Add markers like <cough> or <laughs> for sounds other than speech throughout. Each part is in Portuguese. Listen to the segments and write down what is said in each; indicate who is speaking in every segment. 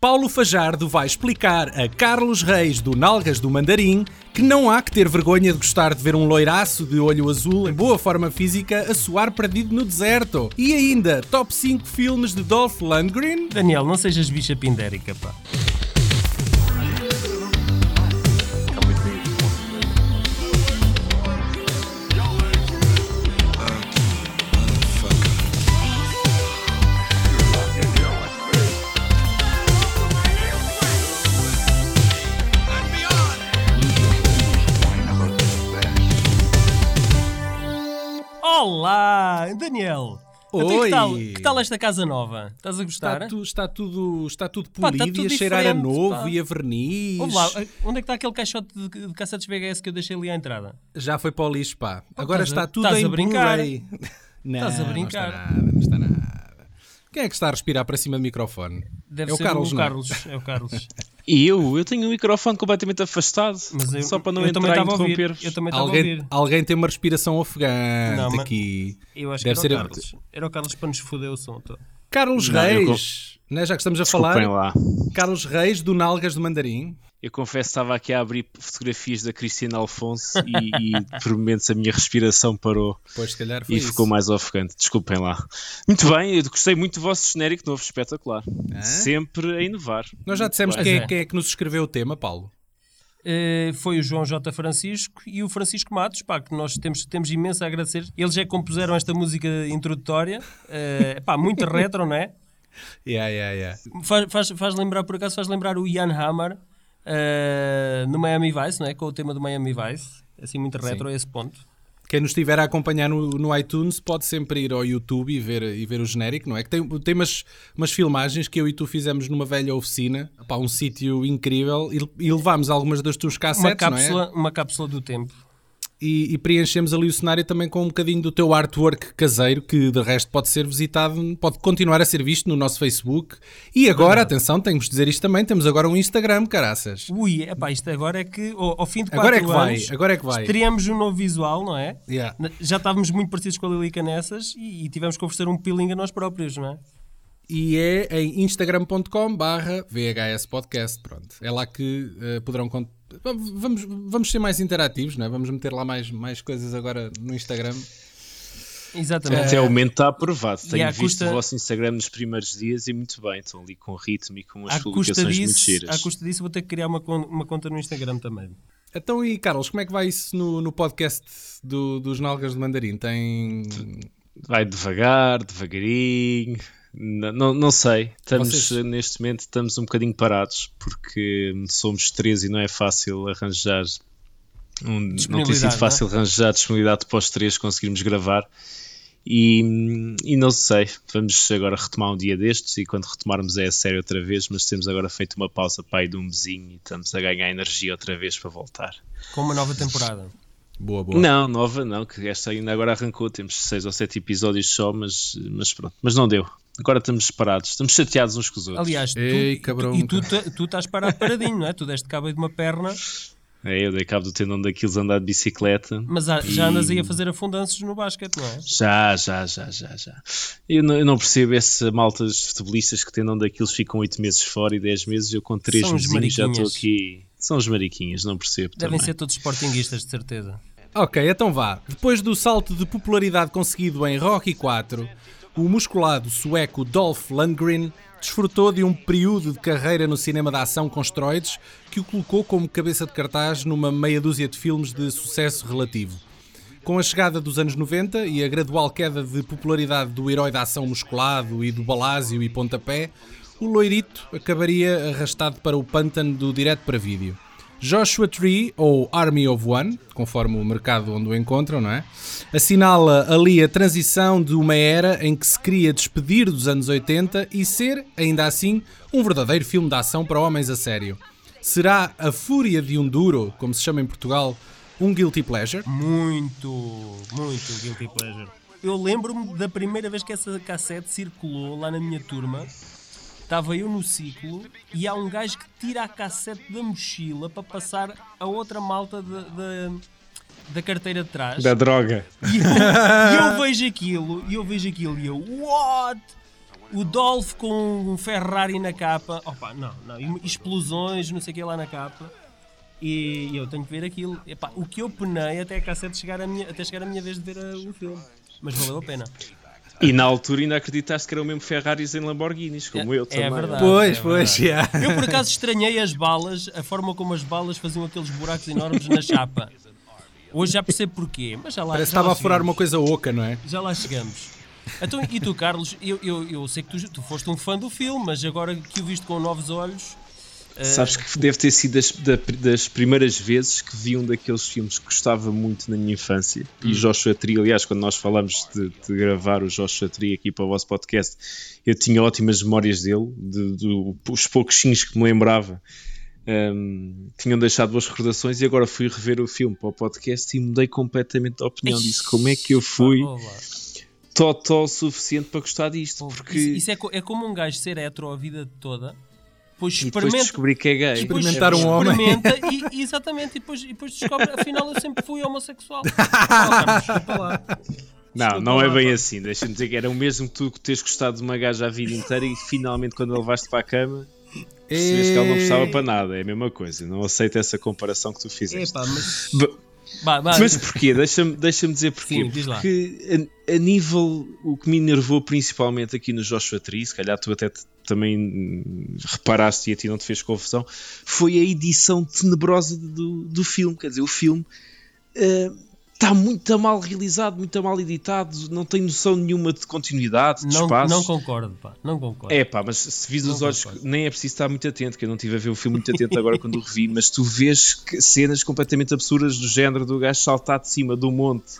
Speaker 1: Paulo Fajardo vai explicar a Carlos Reis do Nalgas do Mandarim que não há que ter vergonha de gostar de ver um loiraço de olho azul em boa forma física a suar perdido no deserto. E ainda, top 5 filmes de Dolph Lundgren?
Speaker 2: Daniel, não sejas bicha pindérica, pá. Olá, Daniel. Então, e
Speaker 1: Oi.
Speaker 2: que, tal, que tal esta casa nova? Estás a gostar?
Speaker 1: Está, Tá tu- está tudo, está tudo
Speaker 2: né? Pá,
Speaker 1: polido
Speaker 2: está
Speaker 1: e a
Speaker 2: tudo
Speaker 1: cheirar a
Speaker 2: diferente,
Speaker 1: novo
Speaker 2: pá.
Speaker 1: e a verniz.
Speaker 2: Vamos lá, onde é que está aquele caixote de, de cassetes VHS que eu deixei ali à entrada?
Speaker 1: Já foi para o lixo, pá. Agora
Speaker 2: estás Oh, tá a-
Speaker 1: está tudo
Speaker 2: estás
Speaker 1: em
Speaker 2: a brincar.
Speaker 1: Blu-ray. Não,
Speaker 2: <laughs> Estás a
Speaker 1: Não
Speaker 2: brincar.
Speaker 1: está nada, não está nada. Quem é que está a respirar para cima do microfone?
Speaker 2: Deve
Speaker 1: é o
Speaker 2: ser
Speaker 1: Carlos,
Speaker 2: o
Speaker 1: não é?
Speaker 2: Carlos. É o
Speaker 3: <laughs>
Speaker 2: Carlos.
Speaker 3: E eu? Eu tenho o microfone completamente afastado.
Speaker 2: Mas eu,
Speaker 3: só para não
Speaker 2: eu também
Speaker 3: entrar e
Speaker 2: estava a ouvir.
Speaker 3: interromper-vos.
Speaker 2: Eu também estava a
Speaker 1: Alguém,
Speaker 2: ouvir.
Speaker 1: alguém tem uma respiração ofegante
Speaker 2: Não, mas-
Speaker 1: aqui.
Speaker 2: Eu acho
Speaker 1: Deve
Speaker 2: que era
Speaker 1: ser-
Speaker 2: o Carlos. Era o Carlos para nos foder o som tá? todo.
Speaker 1: Carlos
Speaker 3: Não, eu
Speaker 1: Reis, né, já que estamos a
Speaker 3: Desculpem
Speaker 1: falar,
Speaker 3: lá.
Speaker 1: Carlos Reis do Nalgas do Mandarim.
Speaker 3: Eu confesso que estava aqui a abrir fotografias da Cristina Alfonso e, e por momentos a minha respiração parou
Speaker 1: Pois, se calhar foi
Speaker 3: e
Speaker 1: isso.
Speaker 3: ficou mais ofegante. Desculpem lá. Muito bem, eu gostei muito do vosso genérico novo, espetacular. Sempre a inovar.
Speaker 1: Nós já dissemos
Speaker 3: Muito
Speaker 1: quem é,
Speaker 2: é.
Speaker 1: quem é que nos escreveu o tema, Paulo.
Speaker 2: Eh, foi o João J. Francisco e o Francisco Matos, pá, que nós temos, temos imenso a agradecer. Eles é que compuseram esta música introdutória, eh, pá,
Speaker 3: <laughs>
Speaker 2: muito retro, não é?
Speaker 1: Yeah, yeah, yeah.
Speaker 2: Faz, faz, faz lembrar, por acaso, faz lembrar o Ian Hammer eh, no Miami Vice, não é? Com o tema do Miami Vice, assim, muito retro a esse ponto.
Speaker 1: Quem nos estiver a acompanhar no, no iTunes pode sempre ir ao YouTube e ver, e ver o genérico, não é? Que tem, tem umas, umas filmagens que eu e tu fizemos numa velha oficina, pá, um sítio incrível, e, e levámos algumas das tuas cassetes,
Speaker 2: Uma
Speaker 1: não é?
Speaker 2: cápsula, uma cápsula do tempo.
Speaker 1: E, e preenchemos ali o cenário também com um bocadinho do teu artwork caseiro, que de resto pode ser visitado, pode continuar a ser visto no nosso Facebook. E agora, atenção, temos de dizer isto também, temos agora um Instagram, caraças.
Speaker 2: Ui, epá, isto agora é que, ao, ao fim de quatro
Speaker 1: Agora é que vai,
Speaker 2: anos,
Speaker 1: agora é que vai.
Speaker 2: criamos um novo visual, não é?
Speaker 1: Yeah.
Speaker 2: Na- Já estávamos muito parecidos com a Lilica nessas e, e tivemos que oferecer um peeling a nós próprios, não é?
Speaker 1: e é em instagram.com barra VHS Podcast, pronto. É lá que eh, poderão... cont- Vamos, vamos ser mais interativos, não é? Vamos meter lá mais, mais coisas agora no Instagram.
Speaker 2: Exatamente.
Speaker 3: Até o momento está aprovado. Tenho
Speaker 2: à
Speaker 3: visto
Speaker 2: custa-
Speaker 3: o vosso Instagram nos primeiros dias e muito bem. Estão ali com ritmo e com
Speaker 2: À
Speaker 3: umas
Speaker 2: custa,
Speaker 3: publicações muito
Speaker 2: disso,
Speaker 3: giras.
Speaker 2: à custa disso, vou ter que criar uma, con- uma conta no Instagram também.
Speaker 1: Então, e Carlos, como é que vai isso no, no podcast do- dos Nalgas de Mandarim? Tem...
Speaker 3: Vai devagar, devagarinho. Não, não, não sei. Estamos
Speaker 1: Vocês-
Speaker 3: neste momento estamos um bocadinho parados porque hum, somos três e não é fácil arranjar. um- não tem
Speaker 2: Disponibilidade,
Speaker 3: sido fácil arranjar disponibilidade para os três conseguirmos gravar. E, hum, e não sei, vamos agora retomar um dia destes e quando retomarmos é a sério outra vez, mas temos agora feito uma pausa para ir de um bezinho e estamos a ganhar energia outra vez para voltar.
Speaker 2: Com uma nova temporada.
Speaker 1: Boa, boa.
Speaker 3: Não, nova não, que esta ainda agora arrancou, temos seis ou sete episódios só, mas, mas pronto, mas não deu. Agora estamos separados, estamos chateados uns com os outros.
Speaker 2: Aliás, tu,
Speaker 1: Ei,
Speaker 2: e tu-
Speaker 1: cabrão,
Speaker 2: e tu, te- tu estás parado paradinho, não é? Tu deste cabo aí de uma perna,
Speaker 3: É, eu dei cabo do tendão daqueles andar de bicicleta.
Speaker 2: mas há- já andas aí a fazer afundanças no basquete, não é?
Speaker 3: Já, já, já, já, já. Eu não, eu não percebo essa malta dos futebolistas que tendão daqueles ficam oito meses fora e dez meses, eu com três
Speaker 2: São os
Speaker 3: meses já estou
Speaker 2: mariquinhas.
Speaker 3: aqui. São os mariquinhas, não percebo
Speaker 2: Devem
Speaker 3: também.
Speaker 2: ser todos sportinguistas, de certeza.
Speaker 1: Ok, então vá. Depois do salto de popularidade conseguido em Rocky 4, o musculado sueco Dolph Lundgren desfrutou de um período de carreira no cinema da ação com esteroides que o colocou como cabeça de cartaz numa meia dúzia de filmes de sucesso relativo. Com a chegada dos anos 90 e a gradual queda de popularidade do herói da ação musculado e do balásio e pontapé, o loirito acabaria arrastado para o pântano do direto para vídeo. Joshua Tree, ou Army of One, conforme o mercado onde o encontram, não é? Assinala ali a transição de uma era em que se queria despedir dos anos 80 e ser, ainda assim, um verdadeiro filme de ação para homens a sério. Será A Fúria de um Duro, como se chama em Portugal, um guilty pleasure?
Speaker 2: Muito, muito guilty pleasure. Eu lembro-me da primeira vez que essa cassete circulou lá na minha turma. Estava eu no ciclo e há um gajo que tira a cassete da mochila para passar a outra malta da- da- da carteira de trás.
Speaker 3: droga.
Speaker 2: E eu, e eu vejo aquilo, e eu vejo aquilo, e eu, what? O Dolph com um Ferrari na capa. Opa, não, não. e Explosões, não sei o que lá na capa. E eu tenho que ver aquilo. Epá, o que eu penei até a cassete chegar a minha, até chegar a minha vez de ver a- o filme. Mas valeu a pena.
Speaker 3: E na altura ainda acreditaste que eram mesmo Ferraris em Lamborghinis, como eu
Speaker 2: é
Speaker 3: também.
Speaker 2: verdade.
Speaker 1: Pois,
Speaker 2: é
Speaker 1: pois, yeah.
Speaker 2: Eu por acaso estranhei as balas, a forma como as balas faziam aqueles buracos enormes na chapa. Hoje já percebo porquê, mas já lá
Speaker 1: Parece que
Speaker 2: já lá
Speaker 1: estava a furar
Speaker 2: chegamos.
Speaker 1: uma coisa oca, não é?
Speaker 2: Já lá chegamos. Então, e tu, Carlos, eu, eu, eu sei que tu, tu foste um fã do filme, mas agora que o viste com novos olhos, eh,
Speaker 3: Sabes que deve ter sido das, da- das primeiras vezes que vi um daqueles filmes que gostava muito na minha infância. E Joshua Tree, aliás, quando nós falamos de, de gravar o Joshua Tree aqui para o vosso podcast, eu tinha ótimas memórias dele, de, do- os poucos sims que me lembrava. hum, tinham deixado boas recordações e agora fui rever o filme para o podcast e mudei completamente de opinião. Disse como é que eu fui
Speaker 2: pá, olá.
Speaker 3: totó o suficiente para gostar disto. Porque
Speaker 2: Isso, isso é, co- é como um gajo ser hetero a vida toda, depois
Speaker 3: e depois
Speaker 2: experimenta.
Speaker 3: descobri que é gay.
Speaker 2: depois
Speaker 1: Experimentar um homem.
Speaker 2: experimenta e, e exatamente, e depois, e depois descobre, afinal eu sempre
Speaker 1: <laughs>
Speaker 2: fui homossexual. Ah, Carlos, desculpa lá.
Speaker 3: Não,
Speaker 2: Desculpa
Speaker 3: não é
Speaker 2: lá,
Speaker 3: bem
Speaker 2: pá.
Speaker 3: assim, deixa-me dizer que era o mesmo tu que teres gostado de uma gaja a vida inteira e finalmente quando a levaste para a cama percebeste que ela não gostava para nada, é a mesma coisa, não aceito essa comparação que tu fizeste.
Speaker 2: Epá, mas.
Speaker 3: Ba-
Speaker 2: Bah, bah,
Speaker 3: Mas porquê? Deixa-me deixa dizer porquê.
Speaker 2: Sim, diz lá.
Speaker 3: Porque a, a nível, o que me enervou principalmente aqui no Joshua Tree, se calhar tu até te- também hum, reparaste e a ti não te fez confusão, foi a edição tenebrosa do, do filme. Quer dizer, o filme está muito tá mal realizado, muito mal editado, não tem noção nenhuma de continuidade, de
Speaker 2: não,
Speaker 3: espaço.
Speaker 2: não concordo, pá, não concordo.
Speaker 3: É pá, mas se vis
Speaker 2: Não
Speaker 3: os olhos,
Speaker 2: concordo.
Speaker 3: nem é preciso estar muito atento, que eu não estive a ver o filme muito atento agora quando o revi, mas tu vês que- cenas completamente absurdas do género do gajo saltar de cima do monte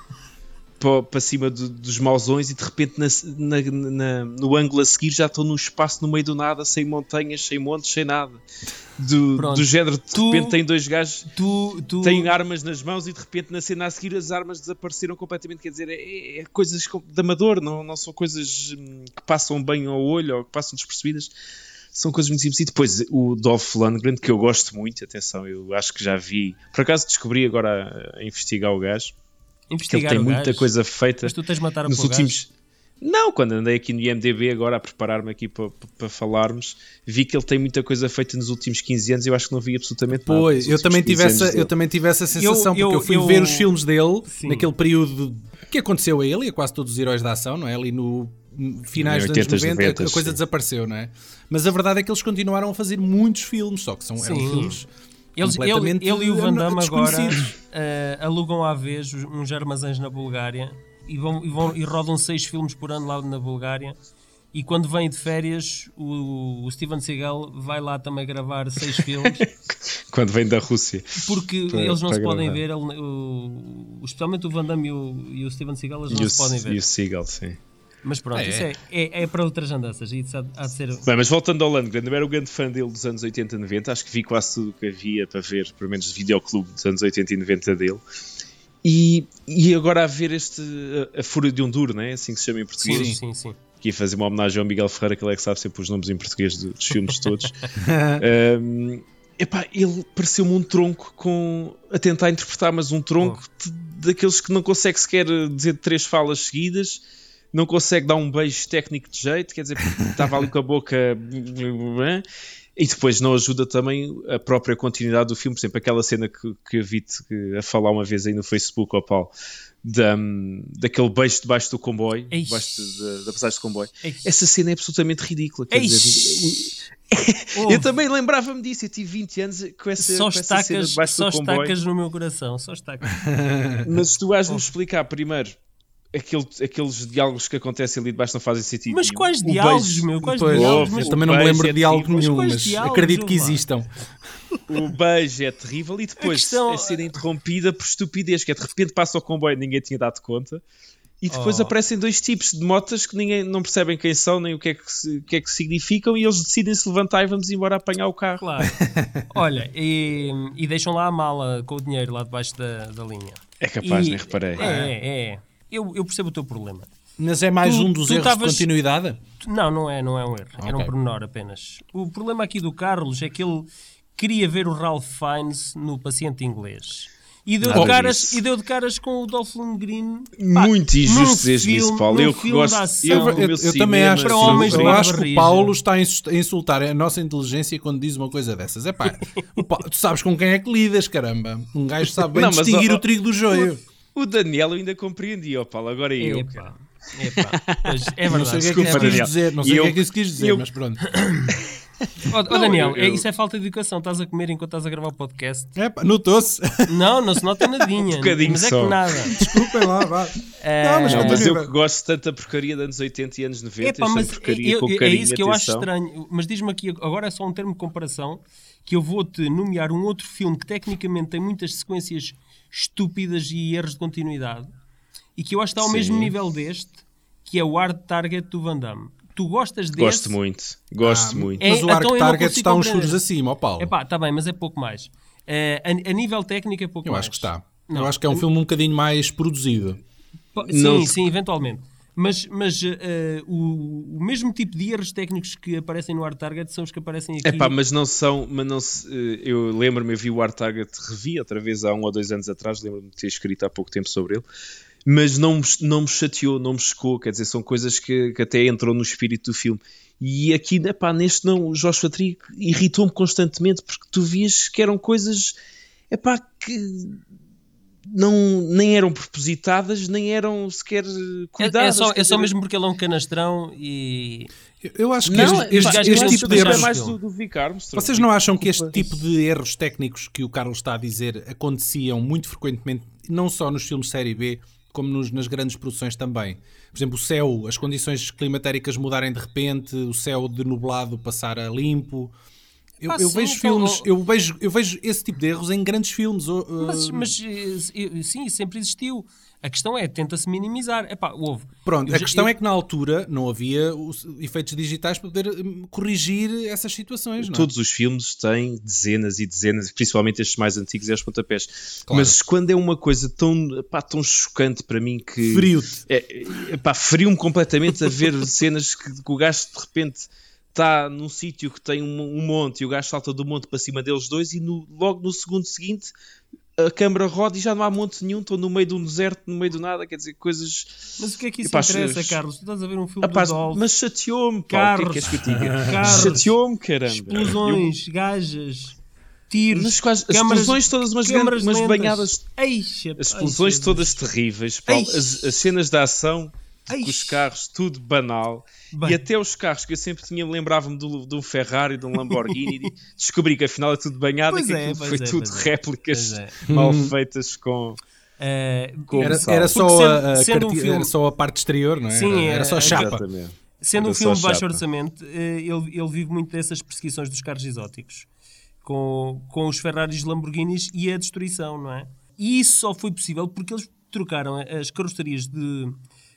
Speaker 3: para, para cima do- dos mausões e de repente na- na- na- no ângulo a seguir já estou num espaço no meio do nada, sem montanhas, sem montes, sem nada. Do,
Speaker 2: Pronto.
Speaker 3: do género, de
Speaker 2: Tu-
Speaker 3: repente tem dois gajos
Speaker 2: Tu, tu,
Speaker 3: têm armas nas mãos e de repente na cena a seguir as armas desapareceram completamente. Quer dizer, é, é coisas com- de amador, não, não são coisas hum, que passam bem ao olho ou que passam despercebidas. São coisas muito simples. E depois o Dolph Lundgren, que eu gosto muito, atenção, eu acho que já vi. Por acaso descobri agora eh, a, a investigar o gajo, que ele
Speaker 2: investigar
Speaker 3: tem
Speaker 2: o
Speaker 3: muita
Speaker 2: gajo.
Speaker 3: coisa feita
Speaker 2: Mas tu tens de matar
Speaker 3: nos
Speaker 2: o
Speaker 3: últimos. Não, quando andei aqui no IMDB agora a preparar-me aqui para, para falarmos, vi que ele tem muita coisa feita nos últimos 15 anos e eu acho que não vi absolutamente nada.
Speaker 1: Pois,
Speaker 3: dos
Speaker 1: eu
Speaker 3: últimos
Speaker 1: também, tive
Speaker 3: 15 anos
Speaker 1: essa,
Speaker 3: dele.
Speaker 1: eu também tive essa sensação,
Speaker 2: eu-
Speaker 1: porque eu fui
Speaker 2: eu-
Speaker 1: ver os filmes dele,
Speaker 2: Sim.
Speaker 1: naquele período de- que aconteceu a ele e a quase todos os heróis da ação, não é? Ali no no finais dos anos
Speaker 3: 80s,
Speaker 1: 90, a- a
Speaker 3: 90s,
Speaker 1: coisa
Speaker 3: sim.
Speaker 1: desapareceu, não é? Mas a verdade é que eles continuaram a fazer muitos filmes, só que são eram
Speaker 2: Sim.
Speaker 1: filmes
Speaker 2: Eles, ele,
Speaker 1: completamente
Speaker 2: ele e o Van Damme agora
Speaker 1: desconhecidos.
Speaker 2: eh, alugam à vez os- uns armazéns na Bulgária e, vão, e, vão, e rodam seis filmes por ano lá na Bulgária. E quando vêm de férias, o, o Steven Seagal vai lá também gravar seis filmes
Speaker 3: Quando vem da Rússia.
Speaker 2: porque
Speaker 3: Para-
Speaker 2: eles não
Speaker 3: para
Speaker 2: se podem
Speaker 3: gravar.
Speaker 2: ver, ele- o, o- especialmente o Van Damme e o, e o Steven Seagal, eles não
Speaker 3: e, o,
Speaker 2: se podem
Speaker 3: e
Speaker 2: ver.
Speaker 3: o Seagal, sim.
Speaker 2: Mas pronto,
Speaker 1: É,
Speaker 2: isso é, é, é para outras andanças. e Isso há, há de ser.
Speaker 3: Bem, mas voltando ao Landgren, eu era um grande fã dele dos anos 80 e 90, acho que vi quase tudo o que havia para ver, pelo menos de videoclube dos anos 80 e 90 dele. E, e agora a ver este A, a Fúria de um Duro, né? assim que se chama em português,
Speaker 2: Sim, sim, sim.
Speaker 3: que ia fazer uma homenagem ao Miguel Ferreira, que ele é que sabe sempre os nomes em português do- dos filmes todos. Ahm, epá, ele pareceu-me um tronco com, a tentar interpretar, mas um tronco de- daqueles que não consegue sequer dizer três falas seguidas, não consegue dar um beijo técnico de jeito, quer dizer, porque estava ali com a boca. <laughs> E depois não ajuda também a própria continuidade do filme. Por exemplo, aquela cena que, que eu vi-te que- a falar uma vez aí no Facebook, ó Paulo, da, daquele beijo debaixo do comboio,
Speaker 2: Ei.
Speaker 3: debaixo da, da passagem de comboio.
Speaker 2: Ei.
Speaker 3: Essa cena é absolutamente ridícula. Quer
Speaker 2: Ei.
Speaker 3: dizer,
Speaker 2: Ouve.
Speaker 3: eu também lembrava-me disso. Eu tive 20 anos com essa,
Speaker 2: Oh, só
Speaker 3: com essa cena
Speaker 2: estacas,
Speaker 3: debaixo
Speaker 2: só
Speaker 3: do comboio.
Speaker 2: estacas no meu coração, só <laughs> estacas.
Speaker 3: <laughs> Mas tu vais-me explicar primeiro aquele- aqueles diálogos que acontecem ali debaixo não fazem sentido.
Speaker 2: Mas
Speaker 3: nenhum.
Speaker 2: quais
Speaker 3: O
Speaker 2: diálogos,
Speaker 3: beijo-
Speaker 2: meu? Quais
Speaker 1: Pois,
Speaker 2: diálogos?
Speaker 3: óbvio.
Speaker 2: Mas
Speaker 1: eu também não me
Speaker 3: Mas
Speaker 1: lembro de
Speaker 3: quais
Speaker 1: diálogo
Speaker 2: diálogos,
Speaker 1: nenhum, mas
Speaker 2: vá?
Speaker 1: acredito que existam.
Speaker 3: O beijo é terrível e depois
Speaker 2: A
Speaker 3: a,
Speaker 2: questão-
Speaker 3: ser interrompida por estupidez, que é de repente passa o comboio e ninguém tinha dado conta. E depois
Speaker 2: Oh.
Speaker 3: aparecem dois tipos de motas que ninguém não percebem quem são nem o que é que, se- o que, é que significam e eles decidem se levantar e vamos embora apanhar o carro.
Speaker 2: Claro. Olha, e, e deixam lá a mala com o dinheiro lá debaixo da, da linha.
Speaker 3: É capaz,
Speaker 2: E-
Speaker 3: nem
Speaker 2: É,
Speaker 3: reparei.
Speaker 2: é, é. Eu, eu percebo o teu problema.
Speaker 1: Mas é mais
Speaker 2: Tu-
Speaker 1: um dos
Speaker 2: tu
Speaker 1: erros de
Speaker 2: tavas-
Speaker 1: continuidade?
Speaker 2: Tu- Não, não é, não é um erro. Era um
Speaker 1: ok.
Speaker 2: pormenor apenas. O problema aqui do Carlos é que ele queria ver o Ralph Fiennes no paciente inglês. E deu, de
Speaker 3: Nada
Speaker 2: caras,
Speaker 3: disso.
Speaker 2: e deu de caras com o Dolph Lundgren
Speaker 3: Muito
Speaker 2: num
Speaker 3: injusto dizer isso,
Speaker 2: filme-
Speaker 3: Paulo.
Speaker 2: num
Speaker 3: Eu que
Speaker 2: filme de
Speaker 3: gosto.
Speaker 2: ação.
Speaker 3: Eu, o
Speaker 1: Eu,
Speaker 3: meu
Speaker 1: eu também
Speaker 3: cinema,
Speaker 1: acho,
Speaker 2: para
Speaker 1: eu
Speaker 2: homens
Speaker 3: sou
Speaker 2: de
Speaker 1: acho que o
Speaker 2: barriga.
Speaker 1: Paulo está a insu- a insultar a nossa inteligência quando diz uma coisa dessas. É pá, o Paulo- tu sabes com quem é que lidas, caramba. Um gajo sabe bem
Speaker 3: Não, mas,
Speaker 1: distinguir
Speaker 3: ó,
Speaker 1: o trigo do joio.
Speaker 3: O Daniel eu ainda compreendi, ó Paulo.
Speaker 2: É,
Speaker 3: Agora eu.
Speaker 2: Epá, epá. Pois, É
Speaker 1: Não sei o que é que
Speaker 2: verdade.
Speaker 3: desculpa,
Speaker 1: isso quis
Speaker 3: Daniel.
Speaker 1: dizer, não sei o
Speaker 3: Eu-
Speaker 1: que é que isso quis dizer,
Speaker 3: eu-
Speaker 1: mas pronto.
Speaker 2: Ó, ó, Daniel,
Speaker 3: eu-
Speaker 2: é-
Speaker 3: eu-
Speaker 2: isso é falta de educação. Estás a comer enquanto estás a gravar o podcast.
Speaker 1: É pá, notou-se. <laughs>
Speaker 2: Não, não se nota nadinha.
Speaker 3: <laughs> Um bocadinho
Speaker 2: mas é
Speaker 3: só.
Speaker 2: que nada.
Speaker 1: Desculpem lá, vá.
Speaker 2: É,
Speaker 1: Não, mas
Speaker 3: Não, mas eu
Speaker 1: continua.
Speaker 3: que gosto tanto da porcaria dos anos 80 e anos 90,
Speaker 2: Epá,
Speaker 3: esta
Speaker 2: mas
Speaker 3: porcaria
Speaker 2: eu-
Speaker 3: com
Speaker 2: eu- é
Speaker 3: carinho
Speaker 2: isso que eu acho
Speaker 3: atenção.
Speaker 2: estranho. Mas diz-me aqui, agora é só um termo de comparação, que eu vou-te nomear um outro filme que tecnicamente tem muitas sequências estúpidas e erros de continuidade e que eu acho que está ao
Speaker 3: Sim.
Speaker 2: mesmo nível deste, que é o Hard Target do Van Damme. Tu gostas desse?
Speaker 3: Gosto muito, gosto muito.
Speaker 2: é-
Speaker 1: Mas o
Speaker 2: então eu
Speaker 1: arco
Speaker 2: não
Speaker 1: target
Speaker 2: consigo
Speaker 1: está uns
Speaker 2: compreender.
Speaker 1: furos acima, ó Paulo.
Speaker 2: Epá, está bem, mas é pouco mais. Eh, a, a nível técnico é pouco
Speaker 1: Eu
Speaker 2: mais.
Speaker 1: acho que está. Eu
Speaker 2: Não.
Speaker 1: acho que é um filme um bocadinho mais produzido.
Speaker 2: Po- Sim,
Speaker 3: Não-
Speaker 2: sim, eventualmente. Mas, mas eh, eh, o, o mesmo tipo de erros técnicos que aparecem no Hard Target são os que aparecem aqui.
Speaker 3: Epá, mas não são, mas não se, eh, eu lembro-me, eu vi o Hard Target, revi outra vez há um ou dois anos atrás, lembro-me de ter escrito há pouco tempo sobre ele, mas não me, não me chateou, não me chocou, quer dizer, são coisas que, que até entram no espírito do filme. E aqui, epá, neste não, o Joshua Tree irritou-me constantemente, porque tu vias que eram coisas, epá, que não, nem eram propositadas, nem eram sequer eh,
Speaker 2: É-
Speaker 3: cuidadas.
Speaker 2: é, só,
Speaker 3: quer
Speaker 2: é só
Speaker 3: dizer,
Speaker 2: mesmo porque ele é um canastrão e.
Speaker 1: Eu- Eu acho que
Speaker 3: Não,
Speaker 1: este, este-
Speaker 3: epá,
Speaker 2: este
Speaker 3: eu acho
Speaker 1: tipo
Speaker 3: que
Speaker 1: de
Speaker 3: isto é
Speaker 1: erros.
Speaker 3: mais do, do Vic Armstrong.
Speaker 1: Vocês não acham que este tipo de erros técnicos que o Carlos está a dizer aconteciam muito frequentemente, não só nos filmes série B, como nos- nas grandes produções também? Por exemplo, o céu, as condições climatéricas mudarem de repente, o céu de nublado passar a limpo. Eu,
Speaker 2: Ah,
Speaker 1: eu
Speaker 2: sim,
Speaker 1: vejo
Speaker 2: Paulo.
Speaker 1: filmes, eu vejo, eu vejo esse tipo de erros em grandes filmes. ou, uh,
Speaker 2: Mas, mas, eh, eh, sim, sempre existiu. A questão é, tenta-se minimizar. Epá, houve.
Speaker 1: Pronto,
Speaker 2: Eu
Speaker 1: a
Speaker 2: já-
Speaker 1: questão
Speaker 2: eu-
Speaker 1: é que na altura não havia os efeitos digitais para poder hum, corrigir essas situações. Não é?
Speaker 3: Todos os filmes têm dezenas e dezenas, principalmente estes mais antigos e aos pontapés.
Speaker 1: Claro.
Speaker 3: Mas quando é uma coisa tão, pá, tão chocante para mim que.
Speaker 1: Feriu-te.
Speaker 3: É, é, pá, feriu-me completamente a ver <laughs> cenas que, que o gajo de repente está num sítio que tem um, um monte e o gajo salta do monte para cima deles dois e no- logo no segundo seguinte a câmara roda e já não há monte nenhum, estão no meio de um deserto, no meio do nada, quer dizer, coisas.
Speaker 2: Mas o que é que isso
Speaker 3: Epá,
Speaker 2: interessa,
Speaker 3: se-
Speaker 2: Carlos? Tu estás a ver um filme
Speaker 3: Epá,
Speaker 2: do Dolph,
Speaker 3: mas chateou-me, pá, o que é que
Speaker 2: Carros.
Speaker 3: queres que eu diga?
Speaker 2: Carros.
Speaker 3: Chateou-me, caramba. Eu-
Speaker 2: explosões, gajas, tiros,
Speaker 3: Mas quase, as
Speaker 2: câmaras-
Speaker 3: explosões todas umas,
Speaker 2: câmaras
Speaker 3: grandes, umas
Speaker 2: lentas.
Speaker 3: banhadas,
Speaker 2: Eixa,
Speaker 3: as explosões
Speaker 2: eixa,
Speaker 3: todas terríveis, Paulo,
Speaker 2: Ai.
Speaker 3: as, as cenas de ação
Speaker 2: Ai.
Speaker 3: com os carros, tudo banal.
Speaker 2: Bem.
Speaker 3: E até os carros que eu sempre tinha, lembrava-me do- de um Ferrari, de um Lamborghini, e descobri que afinal é tudo banhado,
Speaker 2: Pois
Speaker 3: que
Speaker 2: é,
Speaker 3: aquilo
Speaker 2: pois
Speaker 3: foi
Speaker 2: é,
Speaker 3: tudo
Speaker 2: pois é.
Speaker 3: réplicas
Speaker 2: Pois é.
Speaker 3: mal feitas com.
Speaker 2: Eh,
Speaker 3: Com-
Speaker 1: Era,
Speaker 3: Sal.
Speaker 1: era só
Speaker 2: Porque sendo-
Speaker 1: a, a
Speaker 2: sendo um
Speaker 1: carti-
Speaker 2: filme-
Speaker 1: era só a parte exterior, não é?
Speaker 2: Sim,
Speaker 1: era, era
Speaker 2: é-
Speaker 1: só a chapa.
Speaker 3: Exatamente.
Speaker 2: Sendo um
Speaker 3: Era só
Speaker 2: filme de baixo
Speaker 3: chapa.
Speaker 2: orçamento, eh, ele, ele vive muito dessas perseguições dos carros exóticos com, com os Ferraris, Lamborghinis e a destruição, não é? E isso só foi possível porque eles trocaram as carrocerias de,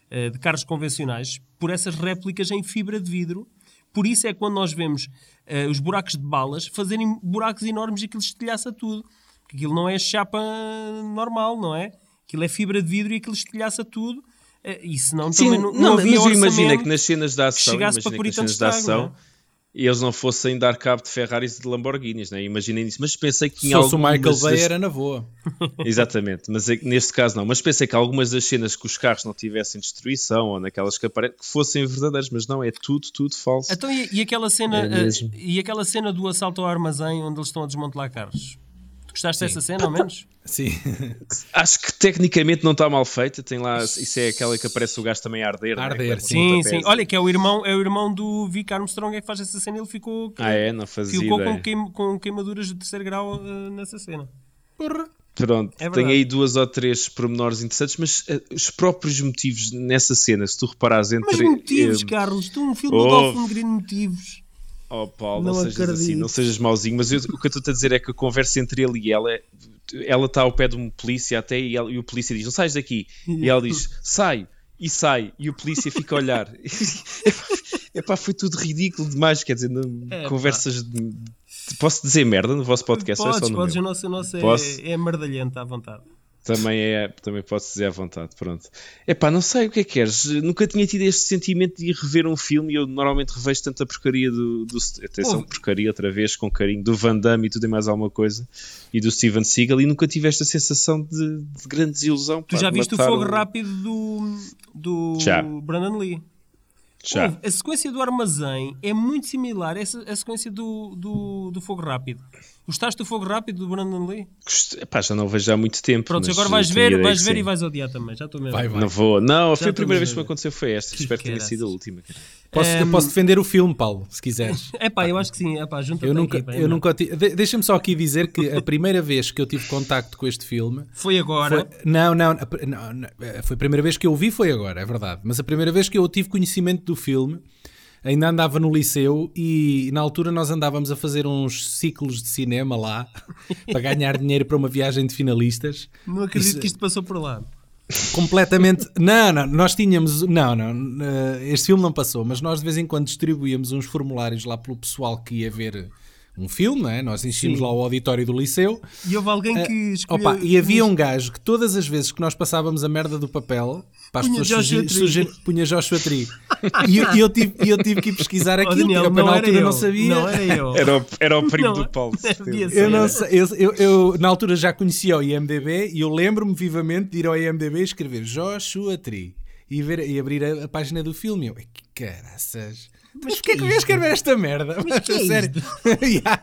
Speaker 2: eh, de carros convencionais por essas réplicas em fibra de vidro. Por isso é que quando nós vemos eh, os buracos de balas fazerem buracos enormes e aquilo estilhaça tudo. Porque aquilo não é chapa normal, não é? Aquilo é fibra de vidro e aquilo estilhaça tudo. Eh, E senão
Speaker 3: Sim,
Speaker 2: também
Speaker 3: não,
Speaker 2: não, não
Speaker 3: mas
Speaker 2: havia
Speaker 3: eu imaginei
Speaker 2: orçamento.
Speaker 3: que nas cenas da ação,
Speaker 2: chegasse para
Speaker 3: imaginei
Speaker 2: por
Speaker 3: que nas
Speaker 2: aí tanto
Speaker 3: cenas da
Speaker 2: estrago,
Speaker 3: ação.
Speaker 2: não é?
Speaker 3: E eles não fossem dar cabo de Ferraris e de Lamborghinis, né? imaginei nisso, mas pensei que
Speaker 1: Se
Speaker 3: tinha
Speaker 1: fosse o Michael
Speaker 3: algumas
Speaker 1: Bay,
Speaker 3: das-
Speaker 1: era na boa.
Speaker 3: Exatamente, mas é que neste caso não. Mas pensei que algumas das cenas que os carros não tivessem destruição ou naquelas que aparecem que fossem verdadeiras, mas não, é tudo, tudo falso.
Speaker 2: Então, e, e aquela cena,
Speaker 3: É
Speaker 2: eh,
Speaker 3: mesmo.
Speaker 2: e aquela cena do assalto ao armazém onde eles estão a desmantelar carros? Tu gostaste dessa cena, ao
Speaker 3: <laughs>
Speaker 2: menos?
Speaker 1: Sim. <laughs>
Speaker 3: Acho que tecnicamente não está mal feita. Tem lá, isso é aquela que aparece o gajo também a arder. não é?
Speaker 1: Arder,
Speaker 3: Que leva um
Speaker 2: Sim,
Speaker 3: pontapé.
Speaker 2: sim. Olha, que é o irmão, é o irmão do Vic Armstrong é que faz essa cena ele ficou,
Speaker 3: Ah, é? Não fazia
Speaker 2: ficou
Speaker 3: ideia.
Speaker 2: com, queim- com queimaduras de terceiro grau eh, nessa cena.
Speaker 1: Porra.
Speaker 3: Pronto,
Speaker 2: É
Speaker 3: tem
Speaker 2: verdade.
Speaker 3: aí duas ou três pormenores interessantes, mas eh, os próprios motivos nessa cena, se tu reparares entre.
Speaker 2: Mas motivos,
Speaker 3: eh,
Speaker 2: Carlos, tu um filme
Speaker 3: do
Speaker 2: do
Speaker 3: Dolph
Speaker 2: Dolph
Speaker 3: houve.
Speaker 2: Lundgren motivos.
Speaker 3: Oh Paulo, não,
Speaker 2: Não
Speaker 3: sejas assim,
Speaker 2: acredito.
Speaker 3: não sejas mauzinho, mas eu- o que eu estou a dizer é que a conversa entre ele e ela, é- ela está ao pé de um polícia até e, ela- e o polícia diz, não sais daqui, e ela diz, sai, e sai, e o polícia fica a olhar. <laughs> Epá, foi tudo ridículo demais, quer dizer, não-
Speaker 2: Epá.
Speaker 3: conversas de, de- Posso dizer merda no vosso podcast? ou é só
Speaker 2: Podes,
Speaker 3: no
Speaker 2: podes, o
Speaker 3: meu?
Speaker 2: nosso, o nosso é,
Speaker 3: Posso?
Speaker 2: é mardalhento à vontade.
Speaker 3: Também, é, também posso dizer à vontade, pronto. Epá, não sei o que é que queres. Nunca tinha tido este sentimento de ir rever um filme e eu normalmente revejo tanta porcaria do. do atenção,
Speaker 2: Ouve.
Speaker 3: porcaria outra vez, com carinho, do Van Damme e tudo e mais alguma coisa, e do Steven Seagal, e nunca tive esta sensação de, de grande desilusão.
Speaker 2: Tu
Speaker 3: pá,
Speaker 2: já
Speaker 3: de
Speaker 2: viste o
Speaker 3: matar
Speaker 2: fogo
Speaker 3: um-
Speaker 2: rápido do, do
Speaker 3: Já.
Speaker 2: Brandon Lee?
Speaker 1: Tá.
Speaker 3: Já.
Speaker 2: Ouve, a sequência do armazém é muito similar a essa- a sequência do, do, do fogo rápido. Gostaste do fogo rápido do Brandon Lee?
Speaker 3: Gost- Epá, já não o vejo há muito tempo.
Speaker 2: Pronto,
Speaker 3: mas
Speaker 2: agora vais
Speaker 3: tenho ideia
Speaker 2: ver, vais
Speaker 3: que
Speaker 2: ver
Speaker 3: sim.
Speaker 2: e vais odiar também. Já estou mesmo.
Speaker 1: Vai, vai.
Speaker 3: Não vou, não, foi a
Speaker 2: estamos
Speaker 3: primeira
Speaker 2: a
Speaker 3: vez que me
Speaker 2: ver.
Speaker 3: aconteceu foi
Speaker 2: <laughs>
Speaker 3: esta.
Speaker 2: Que
Speaker 3: Espero que tenha
Speaker 2: caraças.
Speaker 3: sido a última. cara.
Speaker 1: Posso, eu posso defender o filme, Paulo, se quiseres.
Speaker 2: Epá, eu acho que sim. Epá, junta
Speaker 1: Eu nunca, eu nunca ti- de- Deixa-me só aqui dizer que a primeira vez que eu tive contacto com este filme
Speaker 2: Foi
Speaker 3: Ah,
Speaker 2: agora.
Speaker 1: Foi- não, não, a pr- não, não, eh, foi a primeira vez que eu o vi, foi agora, é verdade. Mas a primeira vez que eu tive conhecimento do filme, ainda andava no liceu e na altura nós andávamos a fazer uns ciclos de cinema lá <laughs> para ganhar dinheiro para uma viagem de finalistas.
Speaker 2: Não acredito
Speaker 1: Isso-
Speaker 2: que isto passou por lá.
Speaker 1: Completamente. Não, não, nós tínhamos. Não, não, eh, este filme não passou, mas nós de vez em quando distribuíamos uns formulários lá pelo pessoal que ia ver. Um filme, não é? Nós enchíamos lá o auditório do liceu Eh,
Speaker 2: E houve alguém que escolheu.
Speaker 1: É, Opa, e havia um gajo que todas as vezes que nós passávamos a merda do papel, para as
Speaker 2: Punha
Speaker 1: pessoas
Speaker 2: Joshua
Speaker 1: suge-
Speaker 2: Tree.
Speaker 1: suge- punha Joshua Tree. e eu, e eu tive, e eu tive que ir pesquisar
Speaker 2: Oh,
Speaker 1: aquilo,
Speaker 2: Daniel,
Speaker 1: porque eu,
Speaker 2: não
Speaker 1: na
Speaker 2: era
Speaker 1: altura
Speaker 2: eu.
Speaker 1: não sabia.
Speaker 2: Não era
Speaker 1: <laughs>
Speaker 2: eu.
Speaker 3: Era o, era o primo
Speaker 2: <laughs> Não,
Speaker 3: do Paulo. de
Speaker 2: devia
Speaker 3: certeza.
Speaker 2: ser.
Speaker 1: Eu não sei, eu, eu- eu, na altura já conhecia o IMDB e eu lembro-me vivamente de ir ao IMDB e escrever Joshua Tree e, ver, e abrir a, a página do filme. Eu, que caraças. Mas porquê que o gajo quer ver esta merda? Mas <laughs>
Speaker 2: é que é
Speaker 1: sério. Yeah.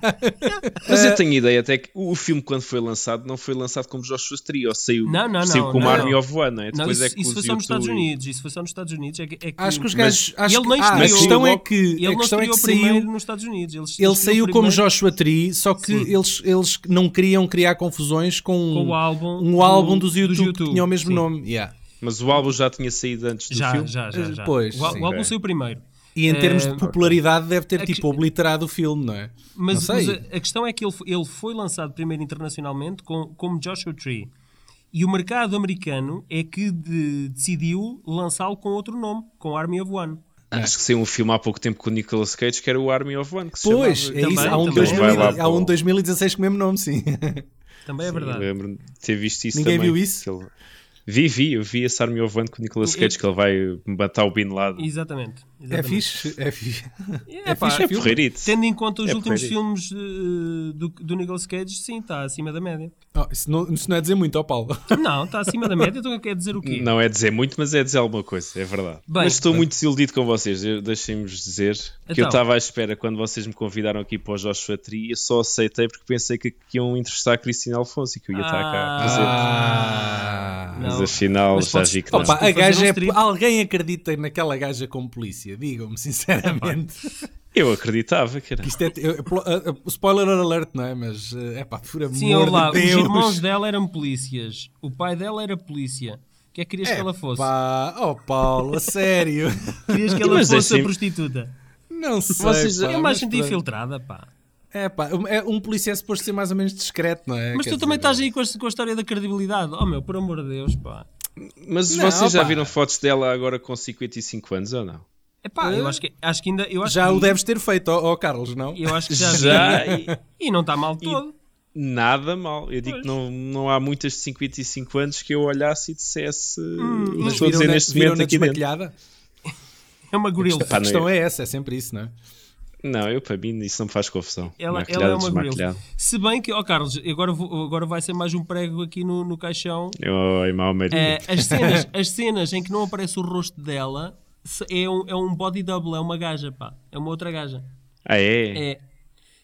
Speaker 3: Mas
Speaker 2: Ah,
Speaker 3: eu tenho ideia até que o filme, quando foi lançado, não foi lançado como Joshua Tree, ou saiu,
Speaker 2: Não, não, não,
Speaker 3: saiu como
Speaker 2: não.
Speaker 3: Army of One, não é?
Speaker 2: Não,
Speaker 3: Depois
Speaker 2: isso,
Speaker 3: é que
Speaker 2: isso foi
Speaker 3: os
Speaker 2: só nos
Speaker 3: YouTube
Speaker 2: Estados
Speaker 3: e-
Speaker 2: Unidos. Isso foi só nos Estados Unidos. É que, é que-
Speaker 1: Acho que os
Speaker 3: Mas-
Speaker 1: gajos. acho
Speaker 2: ele
Speaker 1: que-
Speaker 2: nem
Speaker 1: ah, a
Speaker 2: estreou.
Speaker 1: questão é que,
Speaker 2: Ele
Speaker 1: a
Speaker 2: não
Speaker 1: questão é que
Speaker 2: estreou
Speaker 1: saiu.
Speaker 2: primeiro nos Estados Unidos. Ele,
Speaker 1: Ele saiu como
Speaker 2: primeiro
Speaker 1: Joshua Tree, só que
Speaker 2: Sim.
Speaker 1: eles, eles não queriam criar confusões com,
Speaker 2: Com o álbum
Speaker 1: um álbum
Speaker 2: do-
Speaker 1: dos YouTube,
Speaker 2: dos
Speaker 1: que
Speaker 2: YouTube,
Speaker 1: tinha o mesmo
Speaker 2: sim.
Speaker 1: nome. Yeah.
Speaker 3: Mas o álbum já tinha saído antes do
Speaker 2: Já,
Speaker 3: filme.
Speaker 2: já, já, já.
Speaker 1: Eh, Pois,
Speaker 2: o, al-
Speaker 1: sim.
Speaker 2: o álbum
Speaker 3: Ok.
Speaker 2: saiu primeiro.
Speaker 1: E em
Speaker 2: Eh,
Speaker 1: termos de popularidade deve ter
Speaker 2: a
Speaker 1: tipo
Speaker 2: que-
Speaker 1: obliterado o filme, não é?
Speaker 2: Mas,
Speaker 1: não sei.
Speaker 2: mas a, a questão é que ele, fo- ele foi lançado primeiro internacionalmente com, como Joshua Tree. E o mercado americano é que de- decidiu lançá-lo com outro nome, com Army of One.
Speaker 3: Acho que saiu um filme há pouco tempo com o Nicolas Cage que era o Army of One. Que se
Speaker 1: Pois,
Speaker 3: chamava.
Speaker 1: é isso. Há um,
Speaker 2: também.
Speaker 1: 2000
Speaker 3: Vai lá
Speaker 1: há um
Speaker 3: para o-
Speaker 1: 2016 com o mesmo nome, sim.
Speaker 2: Também é
Speaker 3: Eu
Speaker 2: verdade.
Speaker 3: lembro de ter visto isso
Speaker 1: Ninguém
Speaker 3: também.
Speaker 1: viu isso?
Speaker 3: que ele- Vi, vi, eu vi esse Army of One com o Nicolas Cage que ele vai matar o Bin Laden.
Speaker 2: Exatamente.
Speaker 1: é
Speaker 2: exatamente.
Speaker 1: fixe, é fixe.
Speaker 2: É,
Speaker 1: É
Speaker 2: pá,
Speaker 1: fixe,
Speaker 3: É
Speaker 1: filme.
Speaker 3: porreirito.
Speaker 2: Tendo em conta os
Speaker 3: É
Speaker 2: últimos
Speaker 3: porreiro.
Speaker 2: filmes eh, do, do Nicolas Cage, sim, está acima da média.
Speaker 1: Oh, isso, não, isso não é dizer muito, ó Paulo.
Speaker 2: Não, está acima da média, então quer dizer o quê?
Speaker 3: Não é dizer muito, mas é dizer alguma coisa, é verdade.
Speaker 2: Bem.
Speaker 3: mas estou muito desiludido com vocês, eu- deixem-vos dizer que eu
Speaker 2: Então.
Speaker 3: estava à espera quando vocês me convidaram aqui para o Joshua Tree eu só aceitei porque pensei que, que iam entrevistar a Cristina Alfonso e que eu ia estar cá
Speaker 2: Ah.
Speaker 3: presente.
Speaker 1: Ah. <laughs>
Speaker 2: Não.
Speaker 3: Mas assim, afinal
Speaker 2: Mas
Speaker 3: já
Speaker 2: podes-
Speaker 3: vi que não.
Speaker 2: Mas
Speaker 1: Opa,
Speaker 2: tu
Speaker 1: a gaja
Speaker 2: fazer um
Speaker 1: é-
Speaker 2: strip-
Speaker 1: Alguém acredita naquela gaja como polícia? Digam-me sinceramente.
Speaker 3: Eu acreditava, cara.
Speaker 1: Isto é, eu- pelo- a- a- spoiler alert, não é? Mas é pá, por amor
Speaker 2: Sim, olha lá,
Speaker 1: de
Speaker 2: os
Speaker 1: Deus.
Speaker 2: irmãos dela eram polícias, o pai dela era polícia. O que é que querias que ela fosse?
Speaker 1: Pá, oh Paulo, a sério. <laughs>
Speaker 2: Querias que ela
Speaker 3: Mas
Speaker 2: fosse
Speaker 3: deixem-
Speaker 2: a prostituta.
Speaker 1: Não sei.
Speaker 3: Vocês-
Speaker 1: pá,
Speaker 2: Eu é mais
Speaker 1: mas
Speaker 2: senti
Speaker 1: pronto.
Speaker 2: infiltrada, pá.
Speaker 1: É pá, um- é, um polícia é suposto ser mais ou menos discreto, não é?
Speaker 2: Mas
Speaker 1: Quer
Speaker 2: tu também
Speaker 1: dizer,
Speaker 2: estás aí com a, com a história da credibilidade. Oh meu, por amor de Deus, pá.
Speaker 3: Mas
Speaker 1: Não,
Speaker 3: vocês já
Speaker 1: opa.
Speaker 3: viram fotos dela agora com 55 anos ou não?
Speaker 2: É pá, eu acho que, acho que ainda. Eu acho
Speaker 1: Já
Speaker 2: que,
Speaker 1: o deves ter feito, ó ó, Carlos, não?
Speaker 2: Eu acho que já.
Speaker 3: Já,
Speaker 2: vi. E não está mal todo.
Speaker 3: Nada mal. Eu digo
Speaker 2: Pois.
Speaker 3: que não, não há muitas de 55 anos que eu olhasse e dissesse.
Speaker 2: Hum,
Speaker 3: não
Speaker 1: Mas
Speaker 3: estou a dizer
Speaker 1: viram-na-
Speaker 3: neste momento
Speaker 1: viram-na
Speaker 3: aqui dentro.
Speaker 1: desmaquilhada?
Speaker 2: É uma gorila.
Speaker 1: A
Speaker 3: Ah, não,
Speaker 1: questão
Speaker 3: eu-
Speaker 1: é essa, é sempre isso, não é?
Speaker 3: Não, eu para mim isso não me faz confusão.
Speaker 2: Ela,
Speaker 3: Maquilhada,
Speaker 2: ela é uma gorila.
Speaker 3: desmaquilhada.
Speaker 2: Se bem que, ó Carlos, agora, vou- agora vai ser mais um prego aqui no, no caixão.
Speaker 3: Oi, mau marido.
Speaker 2: Eh, as, cenas, as cenas em que não aparece o rosto dela se- é um, é um body double, é uma gaja, pá. É uma outra gaja.
Speaker 3: Ah, é?
Speaker 2: É.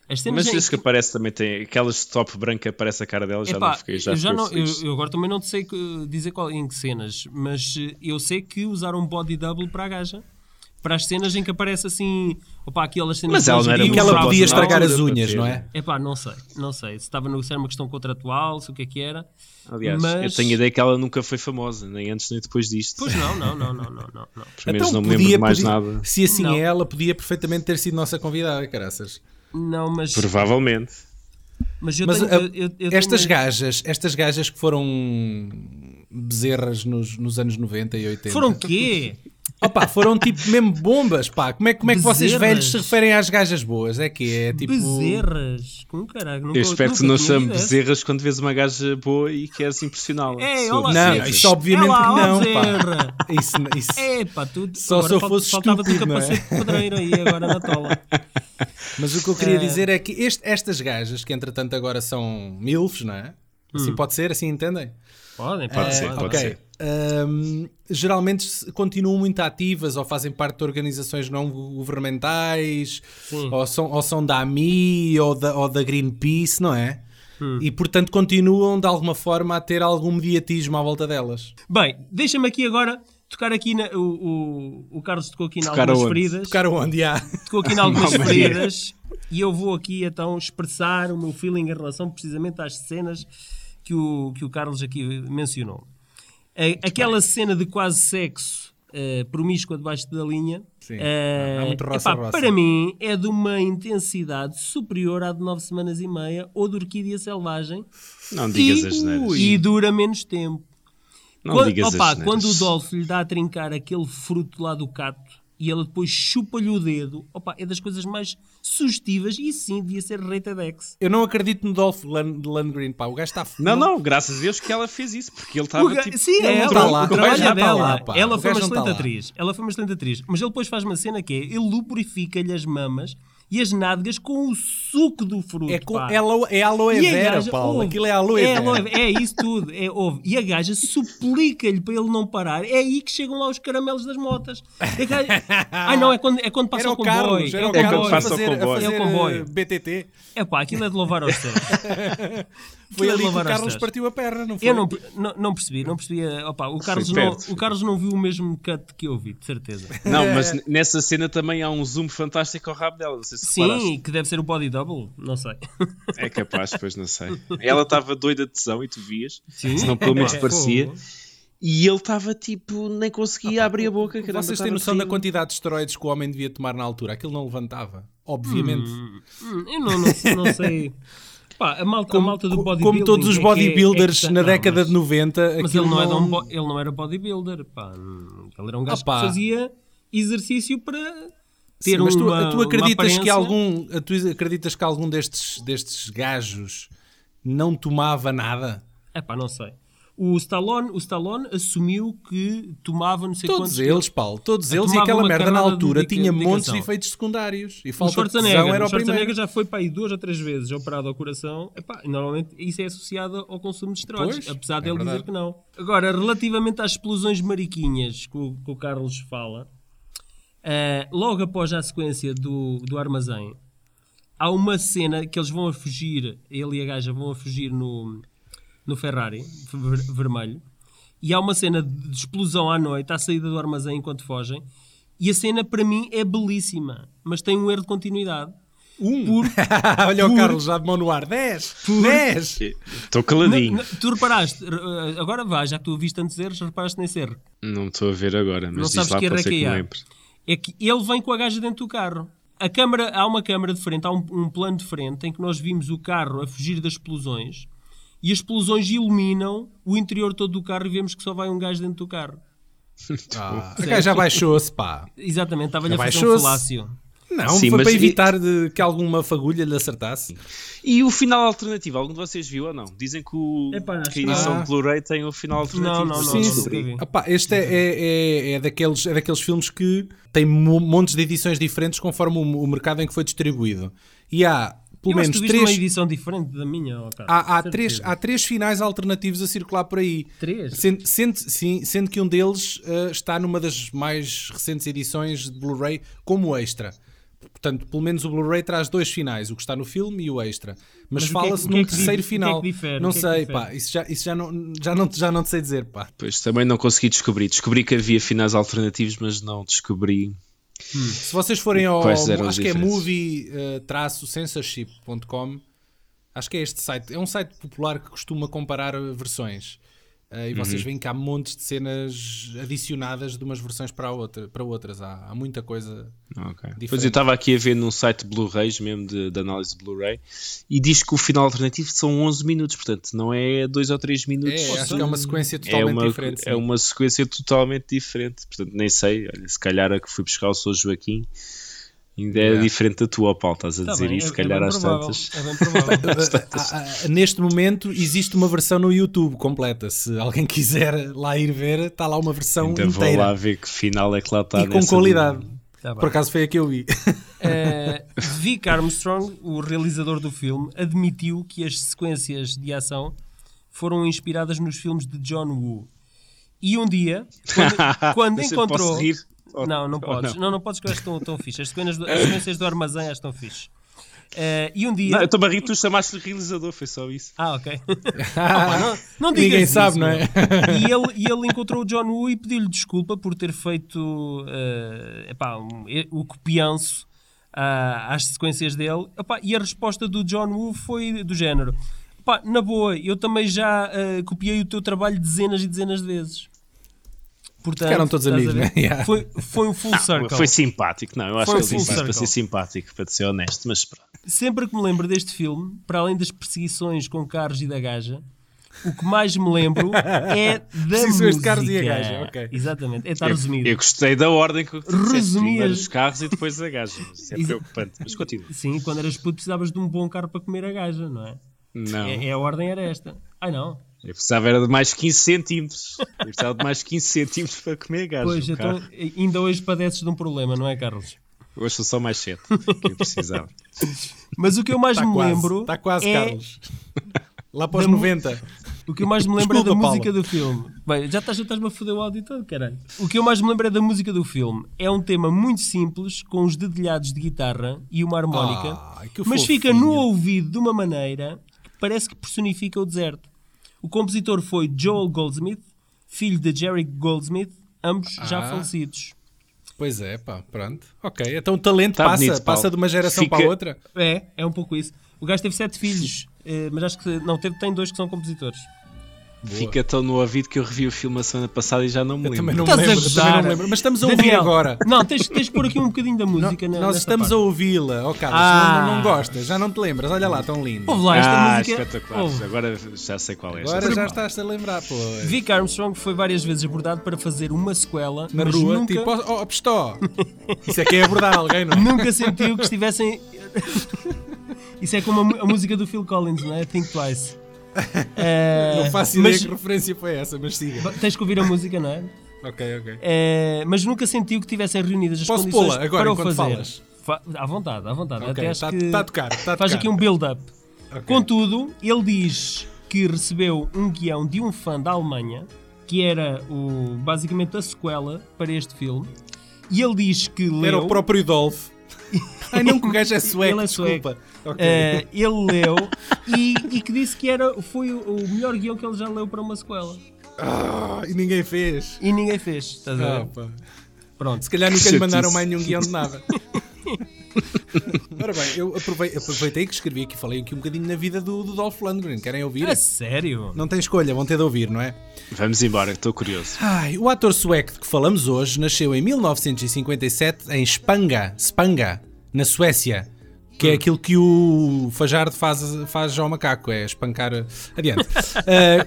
Speaker 2: As cenas
Speaker 3: Mas
Speaker 2: em
Speaker 3: esse que aparece também tem. Aquelas de top branca aparece a cara dela, já
Speaker 2: Epá,
Speaker 3: não fiquei. Já
Speaker 2: eu, já
Speaker 3: fiquei
Speaker 2: não, eu,
Speaker 3: feliz.
Speaker 2: eu agora também não te sei que- dizer qual, em que cenas, mas eh, eu sei que usaram um body double para a gaja. Para as cenas em que aparece assim, opa, aquelas cenas
Speaker 3: Mas
Speaker 2: de
Speaker 3: ela não era um
Speaker 2: lingerie,
Speaker 1: Que
Speaker 2: os
Speaker 1: ela
Speaker 3: Usava
Speaker 2: braços
Speaker 1: podia
Speaker 2: na
Speaker 1: estragar
Speaker 2: altura.
Speaker 1: as
Speaker 3: para
Speaker 1: unhas,
Speaker 3: ter.
Speaker 1: não é?
Speaker 2: Epá, não sei, não sei. Se estava no, se era uma questão contratual, se o que é que era.
Speaker 3: Aliás, eu
Speaker 2: mas-
Speaker 3: tenho a ideia que ela nunca foi famosa, nem antes nem depois disto.
Speaker 2: Pois então não, não, não, não, não, não. não.
Speaker 3: Pelo menos não me lembro de mais nada.
Speaker 1: Então, Se assim
Speaker 2: Não.
Speaker 1: é, ela podia perfeitamente ter sido nossa convidada, caraças.
Speaker 2: Não, mas,
Speaker 3: Provavelmente.
Speaker 2: mas eu
Speaker 1: Mas
Speaker 2: tenho,
Speaker 1: ah,
Speaker 2: eu- eu- eu
Speaker 1: estas
Speaker 2: tenho-
Speaker 1: gajas, estas gajas que foram bezerras nos, nos anos 90 e 80. <laughs>
Speaker 2: Foram quê?
Speaker 1: Opa, foram tipo mesmo bombas, pá. Como é, como é que vocês
Speaker 2: Bezerras.
Speaker 1: velhos se referem às gajas boas? É que é tipo.
Speaker 2: Bezerras. Como caralho? Nunca,
Speaker 3: Eu espero que
Speaker 2: nunca
Speaker 3: não
Speaker 2: tinha
Speaker 3: chame
Speaker 2: ouvido essa.
Speaker 3: bezerras quando vês uma gaja boa e queres impressioná-la.
Speaker 2: Ei,
Speaker 3: Sou assim,
Speaker 2: olá,
Speaker 1: Não,
Speaker 3: bezerras.
Speaker 2: Sim.
Speaker 1: isso é obviamente
Speaker 2: Ela,
Speaker 1: que não,
Speaker 2: bezerra. É
Speaker 1: pá. Isso, isso.
Speaker 2: Epá, tu
Speaker 1: Só
Speaker 2: agora
Speaker 1: se eu
Speaker 2: fal-
Speaker 1: fosse
Speaker 2: faltava-te o
Speaker 1: estúpido, não é?
Speaker 2: capacete de pedreiro aí agora na tola.
Speaker 1: Mas o que eu queria dizer é que este- estas gajas, que entretanto agora são milfs, não é? Assim pode ser, assim entendem?
Speaker 2: Podem,
Speaker 3: Pode
Speaker 2: podem,
Speaker 3: ser,
Speaker 2: podem.
Speaker 3: pode
Speaker 1: ok.
Speaker 3: ser.
Speaker 1: Ahm, geralmente se- continuam muito ativas ou fazem parte de organizações não governamentais ou são, ou são da AMI ou da, ou da Greenpeace, não é? E portanto continuam de alguma forma a ter algum mediatismo à volta delas.
Speaker 2: Bem, deixa-me aqui agora tocar aqui na, o, o, o Carlos tocou aqui em
Speaker 3: Tocar
Speaker 2: algumas
Speaker 3: aonde?
Speaker 2: feridas.
Speaker 1: Tocar onde há.
Speaker 2: Tocou aqui em algumas
Speaker 1: é.
Speaker 3: Mamma mia.
Speaker 2: feridas. E eu vou aqui então expressar o meu feeling em relação precisamente às cenas que o, que o Carlos aqui mencionou. A- Aquela cena de quase sexo eh, promíscua debaixo da linha.
Speaker 1: Sim,
Speaker 2: eh,
Speaker 1: há muito roça, roça.
Speaker 2: Para mim é de uma intensidade superior à de nove semanas e meia ou de orquídea selvagem
Speaker 3: Não digas as neiras.
Speaker 2: e, e dura menos tempo.
Speaker 3: Não
Speaker 2: quando,
Speaker 3: digas
Speaker 2: opa,
Speaker 3: as neiras.
Speaker 2: quando o Dolph lhe dá a trincar aquele fruto lá do cato e ela depois chupa-lhe o dedo, opa, é das coisas mais sugestivas e sim, devia ser Reitadex.
Speaker 1: Eu não acredito no Dolph Lund- Lundgren, pá. O gajo está.
Speaker 3: Não, não, graças a Deus que ela fez isso, porque ele
Speaker 2: O
Speaker 3: estava
Speaker 2: ga-
Speaker 3: tipo.
Speaker 2: Sim, é
Speaker 1: não
Speaker 2: ela,
Speaker 1: tá
Speaker 2: o
Speaker 1: lá, o
Speaker 2: trabalho
Speaker 1: gajo não
Speaker 2: é
Speaker 1: tá
Speaker 2: dela.
Speaker 1: lá, pá.
Speaker 2: ela
Speaker 1: O
Speaker 2: foi uma
Speaker 1: gajo não tá
Speaker 2: excelente
Speaker 1: lá.
Speaker 2: atriz. Ela foi uma excelente atriz. Mas ele depois faz uma cena que é, ele lubrifica-lhe as mamas e as nádegas com o suco do fruto,
Speaker 1: É, com,
Speaker 2: pá.
Speaker 1: é, aloe, é aloe
Speaker 2: E a
Speaker 1: vera,
Speaker 2: gaja-
Speaker 1: Paulo.
Speaker 2: ouve,
Speaker 1: Aquilo é aloe
Speaker 2: é,
Speaker 1: vera.
Speaker 2: aloe vera, é isso tudo. É, ouve. E a gaja suplica-lhe para ele não parar. É aí que chegam lá os caramelos das motas. A gaja- Ah, não, é quando, é quando passa
Speaker 1: Era
Speaker 2: o
Speaker 1: o
Speaker 2: comboio.
Speaker 1: Carlos, era o
Speaker 3: É quando
Speaker 1: Carlos a
Speaker 3: passa o
Speaker 1: fazer, a
Speaker 3: comboio.
Speaker 1: fazer,
Speaker 2: É o comboio.
Speaker 1: eh, BTT.
Speaker 2: É pá, aquilo é de louvar aos
Speaker 1: <laughs>
Speaker 2: céus.
Speaker 1: Foi
Speaker 2: é
Speaker 1: ali que o
Speaker 2: louvar aos
Speaker 1: Carlos
Speaker 2: céus.
Speaker 1: partiu a perna, não foi?
Speaker 2: Eu não, não, não percebi, não percebi. eh, Opa, o, Carlos não,
Speaker 3: perto.
Speaker 2: o Carlos não viu o mesmo cut que eu vi, de certeza.
Speaker 3: Não, mas
Speaker 1: <laughs>
Speaker 3: n- nessa cena também há um zoom fantástico ao rabo dela. Não sei se reparaste.
Speaker 2: Sim, que deve ser o body double, não sei. <laughs>
Speaker 3: É capaz, pois não sei. Ela estava doida de tesão e tu vias,
Speaker 2: Sim.
Speaker 3: se não pelo menos
Speaker 2: É,
Speaker 3: parecia.
Speaker 2: fogo.
Speaker 3: E ele estava tipo, nem conseguia abrir a boca. Caramba,
Speaker 1: Vocês
Speaker 3: estava assim.
Speaker 1: têm noção da
Speaker 2: assim.
Speaker 3: terrível.
Speaker 1: quantidade de esteroides que o homem devia tomar na altura? Aquilo não levantava, obviamente.
Speaker 2: Hum, Eu não, não, sei-
Speaker 1: <laughs>
Speaker 2: não sei. Pá, a malta, a malta do
Speaker 1: Co-
Speaker 2: bodybuilding.
Speaker 1: Como todos os
Speaker 2: é que é-
Speaker 1: bodybuilders
Speaker 2: é que-
Speaker 1: na
Speaker 2: não,
Speaker 1: década
Speaker 2: mas-
Speaker 1: de 90,
Speaker 2: Mas
Speaker 1: aquilo
Speaker 2: ele não, Era um
Speaker 1: não-
Speaker 2: bo- ele não era bodybuilder, pá. Hum, Ele era um gajo
Speaker 1: Ah, pá.
Speaker 2: que fazia exercício para ter
Speaker 1: Sim, mas tu,
Speaker 2: uma,
Speaker 1: tu
Speaker 2: uma
Speaker 1: acreditas que
Speaker 2: aparência-
Speaker 1: algum, tu acreditas que algum destes, destes gajos não tomava nada?
Speaker 2: É pá, não sei. O Stallone, o Stallone assumiu que tomava não sei
Speaker 1: Todos
Speaker 2: quantos... Ah,
Speaker 1: eles, Paulo, todos eles. E
Speaker 2: tomava
Speaker 1: aquela
Speaker 2: uma
Speaker 1: merda na
Speaker 2: carrada de
Speaker 1: altura
Speaker 2: medica-
Speaker 1: tinha montes de
Speaker 2: medicação.
Speaker 1: efeitos secundários. E
Speaker 2: O
Speaker 1: falta de tesão
Speaker 2: Um Schwarzenegger,
Speaker 1: era
Speaker 2: o
Speaker 1: o primeiro.
Speaker 2: Schwarzenegger já foi para aí duas ou três vezes operado ao coração. Epá, e normalmente isso é associado ao consumo de esteroides,
Speaker 1: Pois,
Speaker 2: apesar
Speaker 1: é
Speaker 2: dele
Speaker 1: verdade.
Speaker 2: dizer que não. Agora, relativamente às explosões mariquinhas que o, que o Carlos fala, eh, logo após a sequência do, do armazém, há uma cena que eles vão a fugir, ele e a gaja vão a fugir no, no Ferrari ver- vermelho, e há uma cena de explosão à noite, à saída do armazém enquanto fogem, e a cena para mim é belíssima, mas tem um erro de continuidade.
Speaker 1: Um.
Speaker 2: Por-
Speaker 1: <laughs> Olha o
Speaker 2: por-
Speaker 1: Carlos já de mão no ar. 10! 10!
Speaker 3: Estou caladinho.
Speaker 2: Não, não, tu reparaste, eh, agora vá, já que tu viste antes erros, reparaste nesse erro.
Speaker 3: Não me estou a ver agora,
Speaker 2: Não
Speaker 3: mas diz
Speaker 2: sabes
Speaker 3: lá
Speaker 2: que
Speaker 3: para
Speaker 2: erro é
Speaker 3: ser
Speaker 2: que
Speaker 3: que me
Speaker 2: há.
Speaker 3: lembre.
Speaker 2: é que ele vem com a gaja dentro do carro. A câmara, há uma câmara de frente, há um, um plano de frente em que nós vimos o carro a fugir das explosões e as explosões iluminam o interior todo do carro e vemos que só vai um gajo dentro do carro.
Speaker 1: Ah, o gajo já baixou-se, pá.
Speaker 2: Exatamente,
Speaker 3: É
Speaker 2: estava-lhe a fazer um
Speaker 1: Abaixou-se.
Speaker 2: falácio.
Speaker 1: Não,
Speaker 3: Sim,
Speaker 1: foi
Speaker 3: mas
Speaker 1: para
Speaker 3: e-
Speaker 1: evitar de- que alguma fagulha lhe acertasse.
Speaker 3: E o final alternativo, algum de vocês viu ou não? Dizem que, o,
Speaker 2: Epá, acho
Speaker 3: que a
Speaker 2: que não.
Speaker 3: edição
Speaker 1: Ah.
Speaker 3: de Blu-ray tem o final alternativo.
Speaker 2: Não, não, não, não,
Speaker 3: mas não
Speaker 2: não,
Speaker 3: sei.
Speaker 2: nunca vi.
Speaker 1: Epá, este é, é, é- é daqueles, é daqueles filmes que tem mo- montes de edições diferentes conforme o, o mercado em que foi distribuído. E há pelo
Speaker 2: Eu acho
Speaker 1: menos
Speaker 2: que tu viste uma
Speaker 1: três,
Speaker 2: edição diferente da minha, ó, Carlos.
Speaker 1: há, há
Speaker 2: Certeza.
Speaker 1: três, há três finais alternativos a circular por aí.
Speaker 2: Três?
Speaker 1: Sendo, sendo- sim, sendo que um deles ah, está numa das mais recentes edições de Blu-ray como extra. Portanto, pelo menos o Blu-ray traz dois finais, o que está no filme e o extra. Mas,
Speaker 2: Mas o que é que-
Speaker 1: fala-se
Speaker 2: o que
Speaker 1: num
Speaker 2: é que di-
Speaker 1: terceiro
Speaker 2: o que é que
Speaker 1: final.
Speaker 2: difere?
Speaker 1: não
Speaker 2: O que é que
Speaker 1: sei,
Speaker 2: difere?
Speaker 1: pá, isso, já, isso já, não, já, não, já não te sei dizer, pá.
Speaker 3: Pois também não consegui descobrir. Descobri que havia finais alternativos, mas não descobri.
Speaker 1: Se vocês forem ao
Speaker 3: Quais eram as
Speaker 1: acho que é
Speaker 3: diferenças?
Speaker 1: movie-censorship.com, acho que é este site. É um site popular que costuma comparar eh, versões. Eh, e
Speaker 3: Uhum.
Speaker 1: vocês veem que há montes de cenas adicionadas de umas versões para, a outra, para outras. Há, há muita coisa.
Speaker 3: Ok. Pois
Speaker 1: Diferente.
Speaker 3: eu estava aqui a ver num site de Blu-rays, mesmo de, de análise de Blu-ray, e diz que o final alternativo são 11 minutos, portanto não é 2 ou 3 minutos.
Speaker 1: É, acho
Speaker 3: são-
Speaker 1: que é uma sequência
Speaker 3: é
Speaker 1: totalmente
Speaker 3: uma,
Speaker 1: diferente.
Speaker 3: é
Speaker 1: sim.
Speaker 3: uma sequência totalmente diferente, portanto nem sei. Olha, se calhar a que fui buscar o Sou Joaquim ainda é
Speaker 1: Yeah.
Speaker 3: diferente da tua, Paulo. Estás a
Speaker 2: Tá
Speaker 3: dizer
Speaker 2: bem,
Speaker 3: isso,
Speaker 2: é-
Speaker 3: se calhar
Speaker 2: é bem
Speaker 3: às
Speaker 2: provável,
Speaker 3: tantas.
Speaker 2: É bem
Speaker 3: <laughs>
Speaker 2: provável.
Speaker 1: Ah, ah, Neste momento existe uma versão no YouTube completa. Se alguém quiser lá ir ver, está lá uma versão
Speaker 3: Então vou lá
Speaker 1: inteira
Speaker 3: ver que final é que lá está.
Speaker 1: e com
Speaker 3: nessa
Speaker 1: qualidade.
Speaker 2: Tá bem.
Speaker 1: Por acaso foi a que eu vi.
Speaker 2: Eh, Vic Armstrong, o realizador do filme, admitiu que as sequências de ação foram inspiradas nos filmes de John Woo. E um dia,
Speaker 3: <laughs>
Speaker 2: quando, quando
Speaker 3: Mas eu
Speaker 2: encontrou.
Speaker 3: posso rir? Ou-
Speaker 2: Não, não
Speaker 3: ou
Speaker 2: podes.
Speaker 3: não?
Speaker 2: Não, não podes que eu acho que estão, estão fixe. As sequências do, as sequências do armazém acho que estão fixe. Eh, e um dia.
Speaker 3: Não, eu estou a rir, tu chamaste-lhe realizador, foi só isso.
Speaker 2: Ah, ok. <laughs>
Speaker 1: <laughs>
Speaker 2: Opa, Ah, não, não digas
Speaker 1: Ninguém
Speaker 2: isso,
Speaker 1: sabe, não é? <laughs>
Speaker 2: meu. E ele, e ele encontrou o John Woo e pediu-lhe desculpa por ter feito eh, epá, um- e- o copianço ah, às sequências dele. Epá, e a resposta do John Woo foi do género: "Epá, na boa, eu também já eh, copiei o teu trabalho dezenas e dezenas de vezes. Portanto,
Speaker 1: Ficaram todos
Speaker 2: estás a
Speaker 1: amigos, né?
Speaker 2: ver?
Speaker 1: <laughs> Yeah.
Speaker 2: foi, foi um full circle.
Speaker 3: Foi simpático, não, eu acho
Speaker 2: Foi
Speaker 3: que
Speaker 2: full
Speaker 3: ele disse isso para
Speaker 2: circle.
Speaker 3: ser simpático, para ser honesto, mas pronto.
Speaker 2: Sempre que me lembro deste filme, para além das perseguições com carros e da gaja, o que mais me
Speaker 1: <laughs>
Speaker 2: lembro é da
Speaker 1: Perseguições de
Speaker 2: música.
Speaker 1: carros e a gaja, ok.
Speaker 2: Exatamente, é estar
Speaker 3: Eu,
Speaker 2: resumido.
Speaker 3: eu gostei da ordem que eu disseste,
Speaker 2: Resumias.
Speaker 3: primeiro os carros e depois a gaja,
Speaker 2: <laughs>
Speaker 3: mas isso é
Speaker 2: Exa-
Speaker 3: preocupante, mas continua.
Speaker 2: Sim, quando eras puto precisavas de um bom carro para comer a gaja, não é?
Speaker 3: Não,
Speaker 2: É, é a ordem era esta. Ah não?
Speaker 3: eu precisava era de mais 15 centímetros, eu precisava de mais 15 centímetros para comer a gaja,
Speaker 2: Pois,
Speaker 3: o
Speaker 2: então,
Speaker 3: carro.
Speaker 2: ainda hoje padeces de um problema, não é, Carlos?
Speaker 3: hoje são só mais
Speaker 2: <laughs>
Speaker 3: 7 que eu precisava.
Speaker 2: Mas o que eu mais
Speaker 1: Está
Speaker 2: me
Speaker 1: Tá quase,
Speaker 2: lembro.
Speaker 1: está quase, <laughs>
Speaker 2: é-
Speaker 1: Carlos. Lá para os
Speaker 2: Da mu-
Speaker 1: 90.
Speaker 2: O que eu mais me lembro é da
Speaker 1: Desculpa,
Speaker 2: música do filme. Bem, já estás- já estás-me a foder o áudio todo, caralho. O que eu mais me lembro é da música do filme. É um tema muito simples, com os dedilhados de guitarra e uma harmónica,
Speaker 1: Ah, que
Speaker 2: mas fica
Speaker 1: fofinho.
Speaker 2: no ouvido de uma maneira que parece que personifica o deserto. O compositor foi Joel Goldsmith, filho de Jerry Goldsmith, ambos já
Speaker 1: Ah.
Speaker 2: falecidos.
Speaker 1: Pois é, pá, pronto. Ok, então o talento
Speaker 3: Tá
Speaker 1: passa,
Speaker 3: bonito, Paulo.
Speaker 1: passa de uma geração
Speaker 3: Fica-
Speaker 1: para a outra.
Speaker 2: É, é um pouco isso. O gajo teve sete filhos, eh, mas acho que não, teve, tem dois que são compositores.
Speaker 3: Fica tão no ouvido que eu revi o filme a semana passada e já não me lembro.
Speaker 1: Também não, me
Speaker 2: Estás a
Speaker 1: lembro, também não
Speaker 2: gozar.
Speaker 1: me lembro, mas estamos a ouvir
Speaker 2: Daniel,
Speaker 1: agora.
Speaker 2: Não, tens, tens que pôr aqui um bocadinho da música. na-
Speaker 1: Nós
Speaker 2: nesta
Speaker 1: estamos
Speaker 2: parte.
Speaker 1: a ouvi-la, ó Carlos,
Speaker 2: Ah.
Speaker 1: não, não gostas, já não te lembras, olha lá, tão lindo.
Speaker 2: Ouve lá, esta
Speaker 3: ah,
Speaker 2: música.
Speaker 3: espetacular,
Speaker 2: Ouve.
Speaker 3: agora já sei qual é. já
Speaker 1: Agora
Speaker 3: sei
Speaker 1: já
Speaker 3: qual é.
Speaker 1: estás a lembrar, pô.
Speaker 2: Vic Armstrong foi várias vezes abordado para fazer uma sequela,
Speaker 1: Na
Speaker 2: mas
Speaker 1: rua,
Speaker 2: nunca,
Speaker 1: tipo, ó, ó Pestó. Isso é que é abordar alguém,
Speaker 2: <laughs>
Speaker 1: não é?
Speaker 2: nunca sentiu que estivessem. <laughs> Isso é como a, mu- a música do Phil Collins, não é? Think Twice. Eh,
Speaker 1: <laughs> Não faço ideia
Speaker 2: mas-
Speaker 1: que referência foi essa, mas siga.
Speaker 2: Tens que ouvir a música, não é?
Speaker 1: Ok, ok.
Speaker 2: Eh, mas nunca sentiu que tivessem reunidas as
Speaker 1: Posso
Speaker 2: condições
Speaker 1: pô-la agora,
Speaker 2: para o
Speaker 1: enquanto
Speaker 2: fazer.
Speaker 1: falas?
Speaker 2: Fa- à vontade, à vontade.
Speaker 1: Ok,
Speaker 2: Até acho
Speaker 1: tá-
Speaker 2: que
Speaker 1: tá a tocar, tá a
Speaker 2: faz
Speaker 1: tocar.
Speaker 2: aqui um build-up.
Speaker 1: Ok.
Speaker 2: Contudo, ele diz que recebeu um guião de um fã da Alemanha, que era o, basicamente a sequela para este filme, e ele diz que leu.
Speaker 1: Era o próprio Dolph. Ai não, que o gajo é sueco,
Speaker 2: Ele é sueco.
Speaker 1: desculpa. Ok.
Speaker 2: eh, ele leu e, e que disse que era, foi o, o melhor guião que ele já leu para uma sequela.
Speaker 1: Ah, e ninguém fez.
Speaker 2: E ninguém fez, estás a
Speaker 1: Ah,
Speaker 2: ver?
Speaker 1: pá.
Speaker 2: Pronto.
Speaker 1: Se calhar nunca lhe
Speaker 3: chatice.
Speaker 1: mandaram mais nenhum guião de nada. <laughs> Ora bem, eu aprovei- aproveitei que escrevi aqui, falei aqui um bocadinho na vida do, do Dolph Lundgren. Querem ouvir?
Speaker 2: É sério?
Speaker 1: Não tem escolha, vão ter de ouvir, não é?
Speaker 3: Vamos embora, estou curioso.
Speaker 1: Ai, o ator sueco de que falamos hoje nasceu em 1957 em Spanga, Spanga, na Suécia. Que é aquilo que o Fajardo faz, faz ao macaco, é espancar. Adiante.
Speaker 2: <laughs>
Speaker 1: Ah,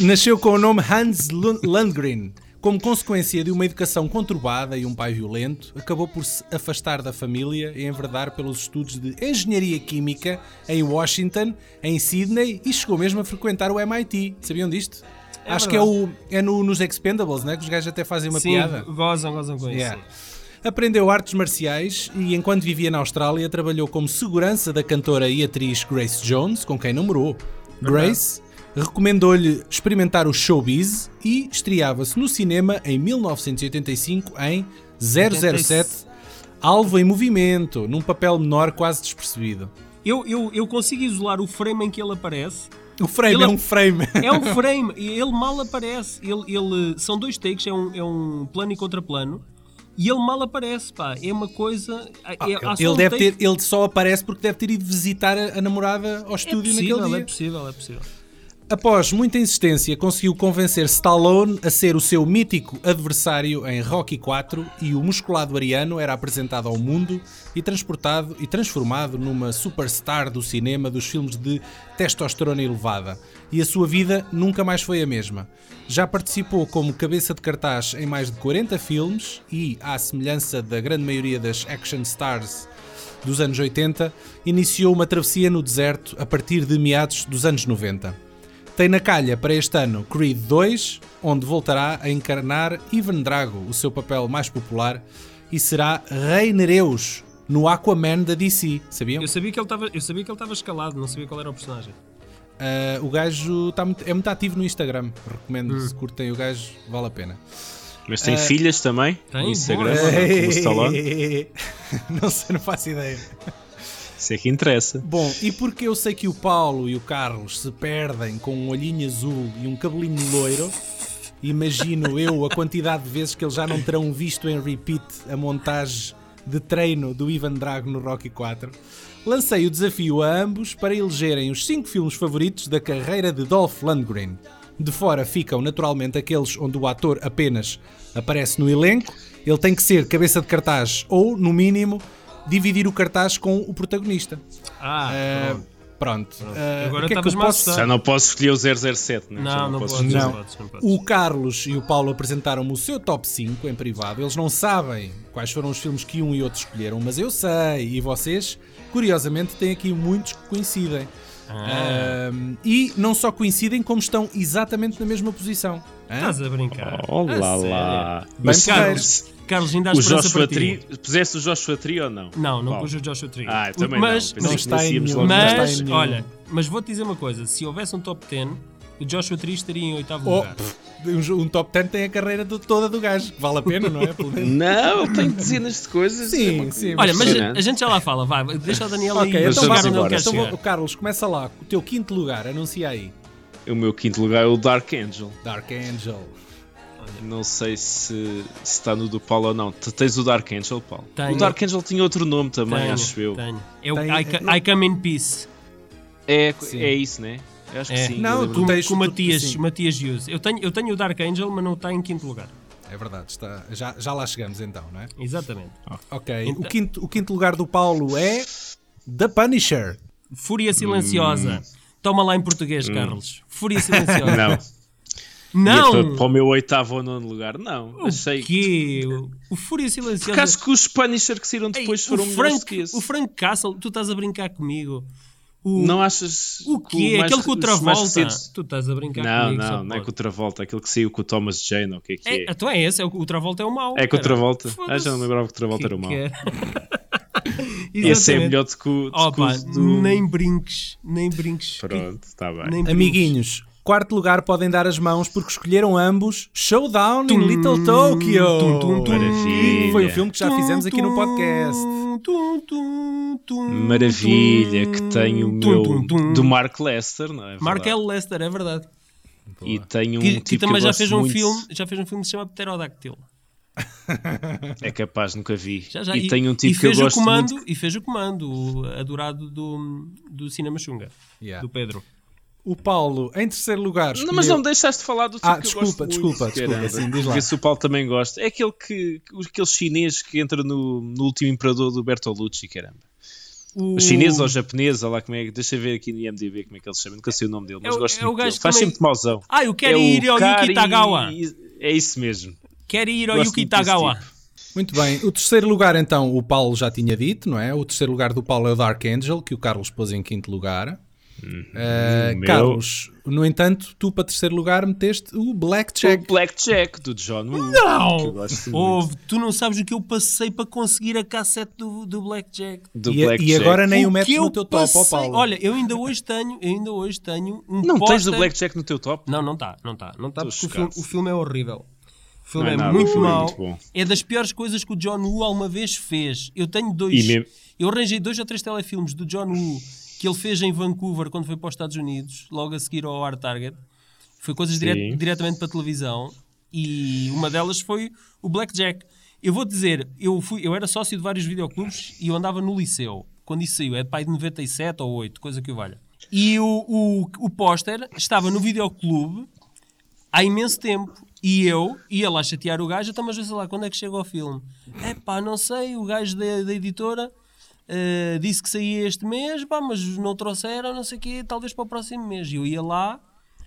Speaker 1: nasceu com o nome Hans Lund- Landgren. Como consequência de uma educação conturbada e um pai violento, acabou por se afastar da família e enverdar pelos estudos de engenharia química em Washington, em Sydney e chegou mesmo a frequentar o MIT. Sabiam disto?
Speaker 2: É
Speaker 1: Acho
Speaker 2: verdade.
Speaker 1: que é o o- é no- nos Expendables, né? Que os gajos até fazem uma
Speaker 2: Sim,
Speaker 1: piada.
Speaker 2: gozam, gozam com isso.
Speaker 1: Yeah. Aprendeu artes marciais e, enquanto vivia na Austrália, trabalhou como segurança da cantora e atriz Grace Jones, com quem namorou. Grace recomendou-lhe experimentar o showbiz e estreava-se no cinema em 1985 em 007 Alvo em Movimento, num papel menor quase despercebido.
Speaker 2: Eu, eu, eu consigo isolar o frame em que ele aparece
Speaker 1: O frame
Speaker 2: Ele-
Speaker 1: é um frame.
Speaker 2: É um frame, e ele mal aparece. Ele, ele- são dois takes, é um, é um plano e contraplano. E ele mal aparece, pá. É uma coisa. é-
Speaker 1: Ah,
Speaker 2: é-
Speaker 1: ele,
Speaker 2: há só
Speaker 1: ele
Speaker 2: um
Speaker 1: deve
Speaker 2: take-
Speaker 1: ter, ele só aparece porque deve ter ido visitar a, a namorada ao
Speaker 2: É
Speaker 1: estúdio
Speaker 2: possível,
Speaker 1: naquele dia.
Speaker 2: É possível, é possível.
Speaker 1: Após muita insistência, conseguiu convencer Stallone a ser o seu mítico adversário em Rocky 4 e o musculado ariano era apresentado ao mundo e transportado e transformado numa superstar do cinema dos filmes de testosterona elevada. E a sua vida nunca mais foi a mesma. Já participou como cabeça de cartaz em mais de 40 filmes e, à semelhança da grande maioria das action stars dos anos 80, iniciou uma travessia no deserto a partir de meados dos anos 90 tem na calha para este ano Creed 2, onde voltará a encarnar Ivan Drago, o seu papel mais popular, e será Rei Nereus no Aquaman da DC, sabiam?
Speaker 2: Eu sabia que ele estava, eu sabia que ele estava escalado, não sabia qual era o personagem.
Speaker 1: Ah, o gajo tá muito- é muito ativo no Instagram, recomendo, se
Speaker 3: Hum.
Speaker 1: curtem o gajo, vale a pena.
Speaker 3: Mas tem filhas também?
Speaker 2: Eh, Tem,
Speaker 3: no Instagram,
Speaker 2: boa.
Speaker 3: como o Stallone.
Speaker 1: <laughs> não sei, não faço ideia.
Speaker 3: Isso é que interessa.
Speaker 1: Bom, e porque eu sei que o Paulo e o Carlos se perdem com um olhinho azul e um cabelinho loiro, imagino eu a quantidade de vezes que eles já não terão visto em repeat a montagem de treino do Ivan Drago no Rocky 4. Lancei o desafio a ambos para elegerem os 5 filmes favoritos da carreira de Dolph Lundgren. De fora ficam naturalmente aqueles onde o ator apenas aparece no elenco, ele tem que ser cabeça de cartaz ou, no mínimo, dividir o cartaz com o protagonista.
Speaker 2: Ah,
Speaker 1: Ah, pronto.
Speaker 2: pronto.
Speaker 1: Ah,
Speaker 2: Agora
Speaker 1: o que é que
Speaker 2: estavas-me
Speaker 1: eu
Speaker 2: a
Speaker 1: posso...
Speaker 2: assustar.
Speaker 3: Já não posso escolher o 007, né? Já
Speaker 2: Não, não
Speaker 3: posso
Speaker 2: podes,
Speaker 3: escolher.
Speaker 2: não
Speaker 1: Não.
Speaker 2: podes, não podes.
Speaker 1: O Carlos e o Paulo apresentaram-me o seu top 5 em privado. Eles não sabem quais foram os filmes que um e outro escolheram, mas eu sei. E vocês, curiosamente, têm aqui muitos que coincidem. Ah, e não só coincidem, como estão exatamente na mesma posição. Hã?
Speaker 2: Estás a brincar.
Speaker 3: Olá
Speaker 2: A sério?
Speaker 3: Oh, lá.
Speaker 1: Mas
Speaker 2: Carlos, Carlos, ainda há
Speaker 3: o
Speaker 2: esperança
Speaker 3: Joshua
Speaker 2: para ti.
Speaker 3: Tree. Puseste o Joshua Tree ou não?
Speaker 2: Não, não
Speaker 3: Paulo.
Speaker 2: pus o Joshua Tree.
Speaker 3: Ah, eu também
Speaker 2: mas,
Speaker 3: não. Pensei
Speaker 1: Não
Speaker 3: que
Speaker 1: está em
Speaker 3: conhecíamos
Speaker 1: nenhum.
Speaker 3: logo
Speaker 1: Não está em
Speaker 2: Mas,
Speaker 1: nenhum.
Speaker 2: olha, mas vou-te dizer uma coisa: se houvesse um top 10, o Joshua Tree estaria em oitavo
Speaker 1: Oh,
Speaker 2: lugar.
Speaker 1: pff, um, um top 10 tem a carreira do- toda do gajo. que Vale a pena, não é? Pelo
Speaker 3: <laughs>
Speaker 1: menos.
Speaker 3: Não, tem dezenas de coisas.
Speaker 1: Sim,
Speaker 3: É uma coisa
Speaker 1: sim,
Speaker 2: Olha, mas a
Speaker 3: impressionante.
Speaker 2: gente já lá fala, vai, deixa o Daniel
Speaker 1: Ok,
Speaker 2: aí
Speaker 3: Mas
Speaker 1: então,
Speaker 2: chegar
Speaker 1: vá,
Speaker 2: onde
Speaker 3: vamos
Speaker 2: ele
Speaker 3: embora,
Speaker 2: quer
Speaker 1: então
Speaker 2: chegar.
Speaker 1: vou- Carlos, começa lá. O teu quinto lugar, anuncia aí.
Speaker 3: O meu quinto lugar é o Dark Angel.
Speaker 1: Dark Angel.
Speaker 3: Não sei se, se está no do Paulo ou não. Tu tens o Dark Angel, Paulo?
Speaker 2: Tenho.
Speaker 3: O Dark Angel tinha outro nome também,
Speaker 2: Tenho,
Speaker 3: Então acho eu.
Speaker 2: tenho. É o
Speaker 1: Tenho-
Speaker 2: I, Ca- I Come in Peace.
Speaker 3: É,
Speaker 1: Sim.
Speaker 3: é isso, né? Eu Acho que
Speaker 2: É.
Speaker 3: sim.
Speaker 1: Não,
Speaker 3: eu
Speaker 1: tu
Speaker 3: lembro-me.
Speaker 2: Com,
Speaker 1: tens-
Speaker 2: com o
Speaker 1: tu-
Speaker 2: Matias,
Speaker 1: sim.
Speaker 2: Matias Hughes. Eu tenho, eu tenho o Dark Angel, mas não está em quinto lugar.
Speaker 1: É verdade, está, já, já lá chegamos então, não é?
Speaker 2: Exatamente.
Speaker 1: Ok, o, quinto, o quinto lugar do Paulo é The Punisher.
Speaker 2: Fúria Silenciosa.
Speaker 3: Hum.
Speaker 2: Toma lá em português, Carlos. Fúria Silenciosa.
Speaker 3: <laughs> Não. Ia
Speaker 2: Não!
Speaker 3: para, para o meu oitavo ou nono lugar, não. Achei que.
Speaker 2: Que o Fúria Silenciosa.
Speaker 3: Porque acho que os Punisher que saíram depois
Speaker 2: Ei,
Speaker 3: foram
Speaker 2: o
Speaker 3: melhores que
Speaker 2: Frank,
Speaker 3: esse.
Speaker 2: o Frank Castle, tu estás a brincar comigo. O,
Speaker 3: Não achas.
Speaker 2: o
Speaker 3: que
Speaker 2: quê?
Speaker 3: mais-
Speaker 2: Aquele com o
Speaker 3: os mais
Speaker 2: Travolta.
Speaker 3: recentes-
Speaker 2: Tu estás a brincar
Speaker 3: Não,
Speaker 2: comigo.
Speaker 3: não,
Speaker 2: só
Speaker 3: não é
Speaker 2: pode.
Speaker 3: com o Travolta. Aquele que saiu com o Thomas Jane, ou o que é que
Speaker 2: É,
Speaker 3: é?
Speaker 2: então é esse, é o, o Travolta é o mau.
Speaker 3: É com o
Speaker 2: cara.
Speaker 3: Travolta.
Speaker 2: Foda-se.
Speaker 3: Ah, já não lembrava que o Travolta era o mau.
Speaker 2: Que é.
Speaker 3: <laughs> Esse é
Speaker 2: Exatamente.
Speaker 3: melhor do que o. do que
Speaker 2: Opa,
Speaker 3: o do...
Speaker 2: nem brinques, nem brinques.
Speaker 3: Pronto, está bem.
Speaker 2: Nem brinques.
Speaker 1: Amiguinhos, quarto lugar podem dar as mãos porque escolheram ambos Showdown in Little Tokyo.
Speaker 2: tum, tum, tum.
Speaker 3: Maravilha.
Speaker 1: Foi o filme que já fizemos aqui no podcast.
Speaker 2: Tum, tum, tum,
Speaker 3: Maravilha,
Speaker 2: tum,
Speaker 3: que tem o
Speaker 2: tum,
Speaker 3: meu.
Speaker 2: tum, tum.
Speaker 3: Do Mark Lester, não é? verdade?
Speaker 2: Markel Lester, é verdade.
Speaker 3: E tem um
Speaker 2: Que, que
Speaker 3: tipo
Speaker 2: também
Speaker 3: eu
Speaker 2: já
Speaker 3: gosto
Speaker 2: fez um
Speaker 3: muito.
Speaker 2: filme, já fez um filme que se chama Pterodactyl.
Speaker 3: É capaz, nunca vi.
Speaker 2: Já, já.
Speaker 3: E, tem um tipo
Speaker 2: e
Speaker 3: que eu
Speaker 2: fez o
Speaker 3: gosto
Speaker 2: comando,
Speaker 3: muito.
Speaker 2: e fez o comando, o adorado do, do cinema Xunga,
Speaker 1: Yeah.
Speaker 2: do Pedro.
Speaker 1: O Paulo, em terceiro lugar,
Speaker 3: Não, mas não me
Speaker 1: escolheu-
Speaker 3: deixaste falar do tipo
Speaker 1: Ah,
Speaker 3: que
Speaker 1: desculpa,
Speaker 3: eu gosto muito.
Speaker 1: desculpa, desculpa,
Speaker 3: caramba.
Speaker 1: sim, diz lá.
Speaker 3: Vou ver se o Paulo também gosta. É aquele, que, aquele chinês que entra no, no último imperador do Bertolucci, caramba.
Speaker 2: O
Speaker 3: O chinês ou japonês, ou lá como é que. Deixa eu ver aqui no IMDB como é que ele se chama. Nunca sei o nome dele, mas
Speaker 2: É o-
Speaker 3: gosto
Speaker 2: é o
Speaker 3: muito
Speaker 2: gajo
Speaker 3: dele. Faz
Speaker 2: também-
Speaker 3: sempre mauzão. É
Speaker 2: Ah, eu quero
Speaker 3: o
Speaker 2: ir ao
Speaker 3: Kari-
Speaker 2: Yuki Tagawa.
Speaker 3: É isso mesmo.
Speaker 2: Quero ir ao
Speaker 3: Gosto
Speaker 2: Yuki
Speaker 3: muito desse tipo.
Speaker 2: Tagawa.
Speaker 1: Muito bem, o terceiro lugar então, o Paulo já tinha dito, não é? O terceiro lugar do Paulo é o Dark Angel, que o Carlos pôs em quinto lugar. Ah,
Speaker 3: o meu-
Speaker 1: Carlos, no entanto, tu para terceiro lugar meteste o Blackjack.
Speaker 3: O Blackjack do John Woo. Que eu
Speaker 2: Não!
Speaker 3: gosto muito.
Speaker 2: Ouve, tu não sabes o que eu passei para conseguir a cassete do, do Blackjack.
Speaker 3: Do
Speaker 1: E,
Speaker 3: Blackjack.
Speaker 1: e agora nem o,
Speaker 2: que
Speaker 1: metes
Speaker 2: eu
Speaker 1: no teu top, ó
Speaker 2: passei-
Speaker 1: Paulo.
Speaker 2: Olha, eu ainda hoje tenho, eu ainda hoje tenho um
Speaker 3: Não tens o
Speaker 2: póster-
Speaker 3: Blackjack no teu top?
Speaker 2: Não, não está, não está, não está
Speaker 3: Estou
Speaker 2: porque o filme,
Speaker 3: chocado.
Speaker 2: o filme é horrível. O filme
Speaker 3: Não é
Speaker 2: é,
Speaker 3: nada, o
Speaker 2: muito
Speaker 3: filme é
Speaker 2: mau.
Speaker 3: muito bom.
Speaker 2: É das piores coisas que o John Woo alguma vez fez. Eu tenho dois.
Speaker 3: E mesmo-
Speaker 2: Eu arranjei dois ou três telefilmes do John Woo que ele fez em Vancouver quando foi para os Estados Unidos, logo a seguir ao Hard Target. Foi coisas dire- diretamente para a televisão e uma delas foi o Blackjack. Eu vou dizer, eu, fui, eu era sócio de vários videoclubes e eu andava no liceu. Quando isso saiu, é pai de 97 ou 8, coisa que o valha. E o, o, o póster estava no videoclube há imenso tempo. E eu ia lá chatear o gajo, então, mas sei lá, quando é que chega ao filme? É pá, não sei, o gajo da, da editora eh, disse que saía este mês, pá, mas não trouxeram, não sei o quê, talvez para o próximo mês. E eu ia lá,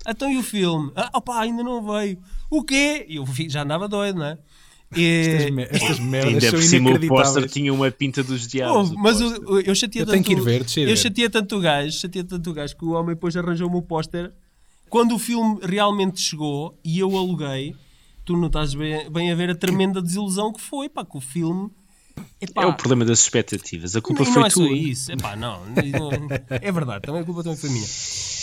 Speaker 2: então e o filme? Ah, opá, ainda não veio. O quê? E eu fi- já andava doido, não é?
Speaker 1: Estas,
Speaker 2: E,
Speaker 1: me- estas merdas
Speaker 3: Ainda
Speaker 1: são
Speaker 3: por cima o póster
Speaker 1: inacreditáveis.
Speaker 3: tinha uma pinta dos
Speaker 2: Pô,
Speaker 3: diabos. o
Speaker 2: Oh, mas
Speaker 3: póster.
Speaker 2: o- o- eu chateei
Speaker 1: Eu
Speaker 2: tanto,
Speaker 1: tenho que ir ver, é. deixa eu ir
Speaker 2: eu
Speaker 1: ver.
Speaker 2: chateei tanto o gajo, chateei tanto o gajo que o homem depois arranjou-me o póster. Quando o filme realmente chegou e eu aluguei, tu não estás bem, bem a ver a tremenda desilusão que foi, pá, que o filme. Epá,
Speaker 3: É o problema das expectativas. A culpa
Speaker 2: não,
Speaker 3: foi
Speaker 2: é só
Speaker 3: tua.
Speaker 2: isso. Epá,
Speaker 3: <laughs>
Speaker 2: não, não- é verdade, também a culpa também foi minha.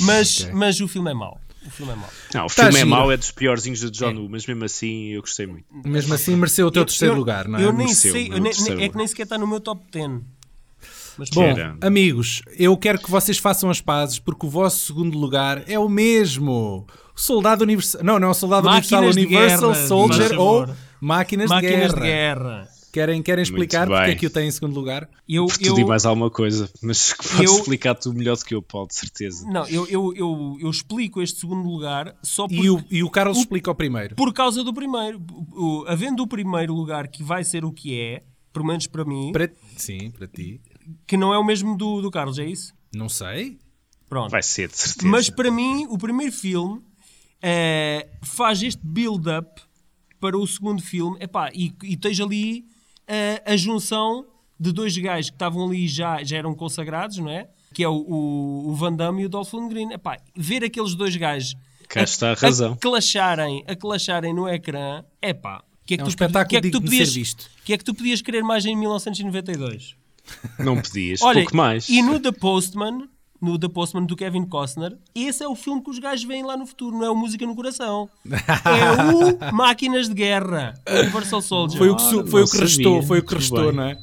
Speaker 2: Mas, mas o filme é mau. O filme é mau.
Speaker 3: Não, o
Speaker 1: Tá
Speaker 3: filme é
Speaker 1: giro.
Speaker 3: mau, é dos piorzinhos de John Woo, mas mesmo assim eu gostei muito.
Speaker 1: Mesmo assim, mereceu o teu terceiro lugar, não é?
Speaker 2: Eu nem
Speaker 3: Mereceu,
Speaker 2: sei, eu
Speaker 3: não,
Speaker 2: nem-
Speaker 3: terceiro
Speaker 2: é que
Speaker 3: lugar.
Speaker 2: nem sequer está no meu top 10. Mas
Speaker 1: Bom,
Speaker 3: Era.
Speaker 1: amigos, eu quero que vocês façam as pazes porque o vosso segundo lugar é o mesmo. O Soldado Universal. Não, não, é o Soldado
Speaker 2: Máquinas
Speaker 1: Universal
Speaker 2: de
Speaker 1: Universal
Speaker 2: guerra, por
Speaker 1: Soldier
Speaker 2: favor.
Speaker 1: ou Máquinas,
Speaker 2: máquinas
Speaker 1: de, guerra.
Speaker 2: de guerra.
Speaker 1: Querem, querem
Speaker 3: Muito
Speaker 1: explicar porque é
Speaker 3: bem.
Speaker 1: que o tem em segundo lugar?
Speaker 2: Eu,
Speaker 3: Por
Speaker 2: eu,
Speaker 3: tudo e mais alguma coisa, mas <laughs> que podes
Speaker 2: eu-
Speaker 3: explicar tu melhor do que eu, Paulo, de certeza.
Speaker 2: Não, eu, eu, eu, eu explico este segundo lugar só por,
Speaker 1: E o, e o Carlos explica o primeiro.
Speaker 2: por causa do primeiro. O- havendo o primeiro lugar que vai ser o que é, pelo menos para mim,
Speaker 1: Para- Sim, para ti.
Speaker 2: que não é o mesmo do, do Carlos, é isso?
Speaker 1: Não sei.
Speaker 2: Pronto.
Speaker 3: Vai ser, de certeza.
Speaker 2: Mas para mim, o primeiro filme eh, faz este build-up para o segundo filme Epá, e, e tens ali eh, a junção de dois gajos que estavam ali e já, já eram consagrados, não é? Que é o, o, o Van Damme e o Dolph Lundgren. Epá, ver aqueles dois gajos
Speaker 3: Cá está a razão.
Speaker 2: clasharem, a clasharem no ecrã, epá, que é que
Speaker 1: É um
Speaker 2: tu,
Speaker 1: espetáculo
Speaker 2: que é que tu
Speaker 1: digno de ser
Speaker 2: podias,
Speaker 1: visto.
Speaker 2: que é que tu podias querer mais em 1992?
Speaker 3: Não
Speaker 2: <laughs>
Speaker 3: pedias,
Speaker 2: Olha,
Speaker 3: pouco mais.
Speaker 2: E no The Postman, no The Postman do Kevin Costner, esse é o filme que os gajos veem lá no futuro, não é o Música no Coração. É o Máquinas de Guerra, Universal Soldier. Ah.
Speaker 1: Foi o que, su-
Speaker 3: Ah, não
Speaker 1: foi o que restou,
Speaker 3: sabia.
Speaker 1: foi o que
Speaker 3: Muito
Speaker 1: restou,
Speaker 3: bem.
Speaker 1: não é?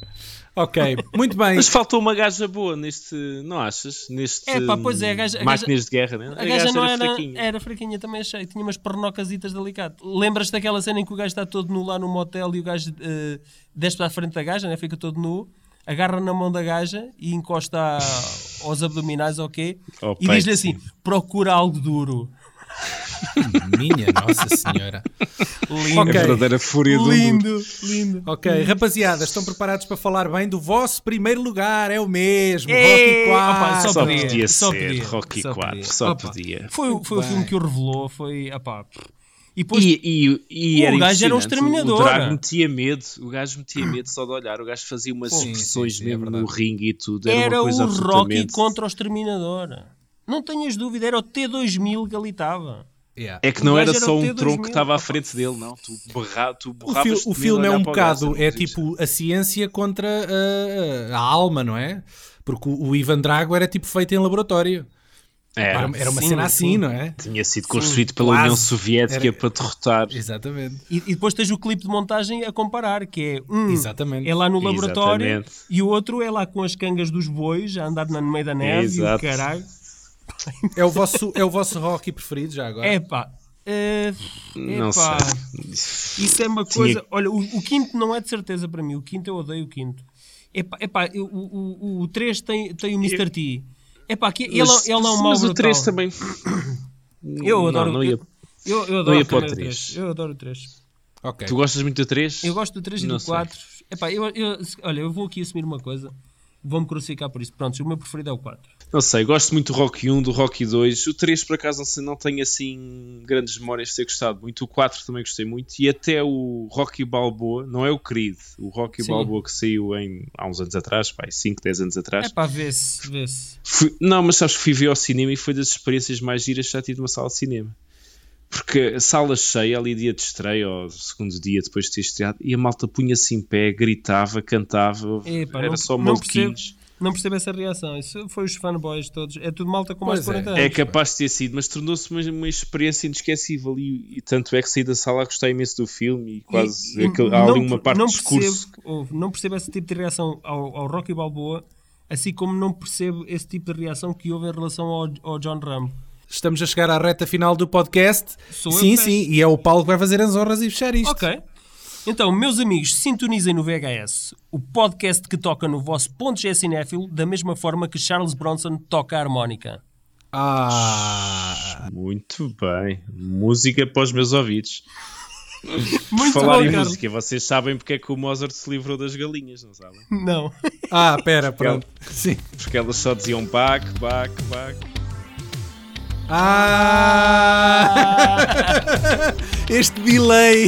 Speaker 1: Ok, muito bem.
Speaker 3: <laughs> Mas faltou uma gaja boa neste, não achas? Neste
Speaker 2: É pá, pois é, a gaja- a
Speaker 3: Máquinas de Guerra, né?
Speaker 2: A gaja não era É
Speaker 3: fraquinha.
Speaker 2: fraquinha. era fraquinha também, achei. Tinha umas pernocasitas de alicate. Lembras-te daquela cena em que o gajo está todo nu lá no motel e o gajo eh, desce para a frente da gaja, né? fica todo nu, agarra na mão da gaja e encosta a- aos abdominais, ok?
Speaker 3: Ao
Speaker 2: e
Speaker 3: peito,
Speaker 2: diz-lhe assim: procura algo duro.
Speaker 1: Minha Nossa Senhora.
Speaker 2: Lindo,
Speaker 1: Ok.
Speaker 3: A verdadeira fúria do mundo.
Speaker 2: lindo, lindo.
Speaker 1: Ok, rapaziada, estão preparados para falar bem do vosso primeiro lugar? É o mesmo, Rocky
Speaker 2: Ei,
Speaker 1: 4.
Speaker 2: opa,
Speaker 3: Só
Speaker 2: podia,
Speaker 3: podia
Speaker 2: só
Speaker 3: ser
Speaker 2: podia,
Speaker 3: Rocky
Speaker 2: só
Speaker 3: 4,
Speaker 2: podia.
Speaker 3: só
Speaker 2: Opa.
Speaker 3: podia.
Speaker 2: Foi, o- foi o filme que o revelou, foi. Opá. E depois
Speaker 3: E, e, e
Speaker 2: O
Speaker 3: era
Speaker 2: gajo era um
Speaker 3: impressionante.
Speaker 2: exterminador. Ah.
Speaker 3: O Drago metia medo, o gajo metia medo só de olhar, o gajo fazia umas
Speaker 1: Sim,
Speaker 3: expressões
Speaker 1: sim, sim, é
Speaker 3: mesmo no
Speaker 1: verdade.
Speaker 3: ringue e tudo. Era,
Speaker 2: era
Speaker 3: uma coisa
Speaker 2: o Rocky
Speaker 3: absolutamente-
Speaker 2: contra o Exterminador. Não tenhas dúvida, era o T2000 que ali estava.
Speaker 1: Yeah.
Speaker 3: É que
Speaker 2: O
Speaker 3: não
Speaker 2: gajo
Speaker 3: era
Speaker 2: era
Speaker 3: só
Speaker 2: o
Speaker 3: um
Speaker 2: T2000,
Speaker 3: tronco que estava à
Speaker 2: opa.
Speaker 3: frente dele, não. Tu, berra, tu
Speaker 1: O,
Speaker 3: borravas
Speaker 1: fil-
Speaker 3: de
Speaker 1: o
Speaker 3: medo
Speaker 1: filme
Speaker 3: a
Speaker 1: é
Speaker 3: olhar
Speaker 1: um
Speaker 3: para o gajo,
Speaker 1: bocado,
Speaker 3: era
Speaker 1: é
Speaker 3: muito
Speaker 1: tipo a ciência contra uh, uh, a, alma, não é? Porque o, o Ivan Drago era tipo feito em laboratório.
Speaker 3: interessante.
Speaker 1: era, era uma
Speaker 2: sim,
Speaker 1: cena assim,
Speaker 2: sim.
Speaker 1: não é?
Speaker 3: Tinha sido construído pela
Speaker 1: quase.
Speaker 3: União Soviética
Speaker 1: Era-
Speaker 3: para derrotar.
Speaker 1: Exatamente.
Speaker 2: E, e depois tens o clipe de montagem a comparar, que é um
Speaker 1: Exatamente.
Speaker 2: é lá no laboratório
Speaker 3: Exatamente.
Speaker 2: e o outro é lá com as cangas dos bois a andar na- no meio da neve
Speaker 3: Exato.
Speaker 2: e o caralho.
Speaker 1: É o vosso, é o vosso Rocky preferido já agora?
Speaker 3: É.
Speaker 2: Epá. eh,
Speaker 3: Não
Speaker 2: epá.
Speaker 3: sei.
Speaker 2: Isso é uma
Speaker 3: Tinha-
Speaker 2: coisa. Olha, o, o quinto não é de certeza para mim. O quinto eu odeio o quinto. Epá, epá, eu- o, o, o 3 tem, tem o Mr. T. Epá, que ele,
Speaker 3: Mas-
Speaker 2: ele é um mau
Speaker 3: Mas o
Speaker 2: brutal.
Speaker 3: 3 também.
Speaker 2: Eu
Speaker 3: Não,
Speaker 2: adoro
Speaker 3: não ia-
Speaker 2: Eu, eu adoro
Speaker 3: ia
Speaker 2: o
Speaker 3: para o
Speaker 2: primeiro
Speaker 3: três.
Speaker 2: três. Eu adoro o 3.
Speaker 1: Ok.
Speaker 3: Tu gostas muito do 3?
Speaker 2: Eu gosto do 3 e
Speaker 3: Não
Speaker 2: do
Speaker 3: sei.
Speaker 2: 4. Epá, eu, eu- se- olha, eu vou aqui assumir uma coisa. Vão-me crucificar por isso. Pronto, o meu preferido é o 4.
Speaker 3: Não sei, gosto muito do Rocky 1, do Rocky 2. O 3, por acaso, não, sei, não tenho assim grandes memórias de ter gostado muito. O 4 também gostei muito. E até o Rocky Balboa, não é o Creed, o Rocky
Speaker 2: Sim.
Speaker 3: Balboa que saiu em, há uns anos atrás, pai, 5, 10 anos atrás.
Speaker 2: Epá, vê-se, vê-se.
Speaker 3: Fui- não, mas sabes que fui ver ao cinema e foi das experiências mais giras que já tive numa sala de cinema. Porque a sala cheia, ali dia de estreia, ou segundo dia depois de ter estreado, e a malta punha-se em pé, gritava, cantava,
Speaker 2: Epá,
Speaker 3: era
Speaker 2: não-
Speaker 3: só
Speaker 2: não percebo.
Speaker 3: maluquinhos.
Speaker 2: Não percebo essa reação. Isso foi os fanboys todos. É tudo malta com mais de
Speaker 1: Pois é.
Speaker 2: 40
Speaker 3: É
Speaker 2: anos.
Speaker 3: capaz de ter sido, mas tornou-se uma, uma experiência inesquecível e, e tanto é que saí da sala a gostar imenso do filme e quase
Speaker 2: E-
Speaker 3: aquele- há ali uma
Speaker 2: per-
Speaker 3: parte
Speaker 2: não
Speaker 3: de discurso.
Speaker 2: Percebo, ouve, não percebo esse tipo de reação ao, ao Rocky Balboa, assim como não percebo esse tipo de reação que houve em relação ao, ao John Rambo.
Speaker 1: Estamos a chegar à reta final do podcast.
Speaker 2: Sou eu
Speaker 1: sim,
Speaker 2: que
Speaker 1: sim, e é o Paulo que vai fazer as honras e fechar isto.
Speaker 2: Ok. Então, meus amigos, sintonizem no VHS, o podcast que toca no vosso ponto G cinéfilo, da mesma forma que Charles Bronson toca a harmónica.
Speaker 1: Ah,
Speaker 3: Muito bem. Música para os meus ouvidos.
Speaker 2: Muito
Speaker 3: Falar
Speaker 2: bom,
Speaker 3: em
Speaker 2: Carlos.
Speaker 3: música, vocês sabem porque é que o Mozart se livrou das galinhas, não sabem?
Speaker 2: Não.
Speaker 1: ah, pera, pronto. Sim.
Speaker 3: Porque elas só diziam back, back, back.
Speaker 1: Ah, este delay.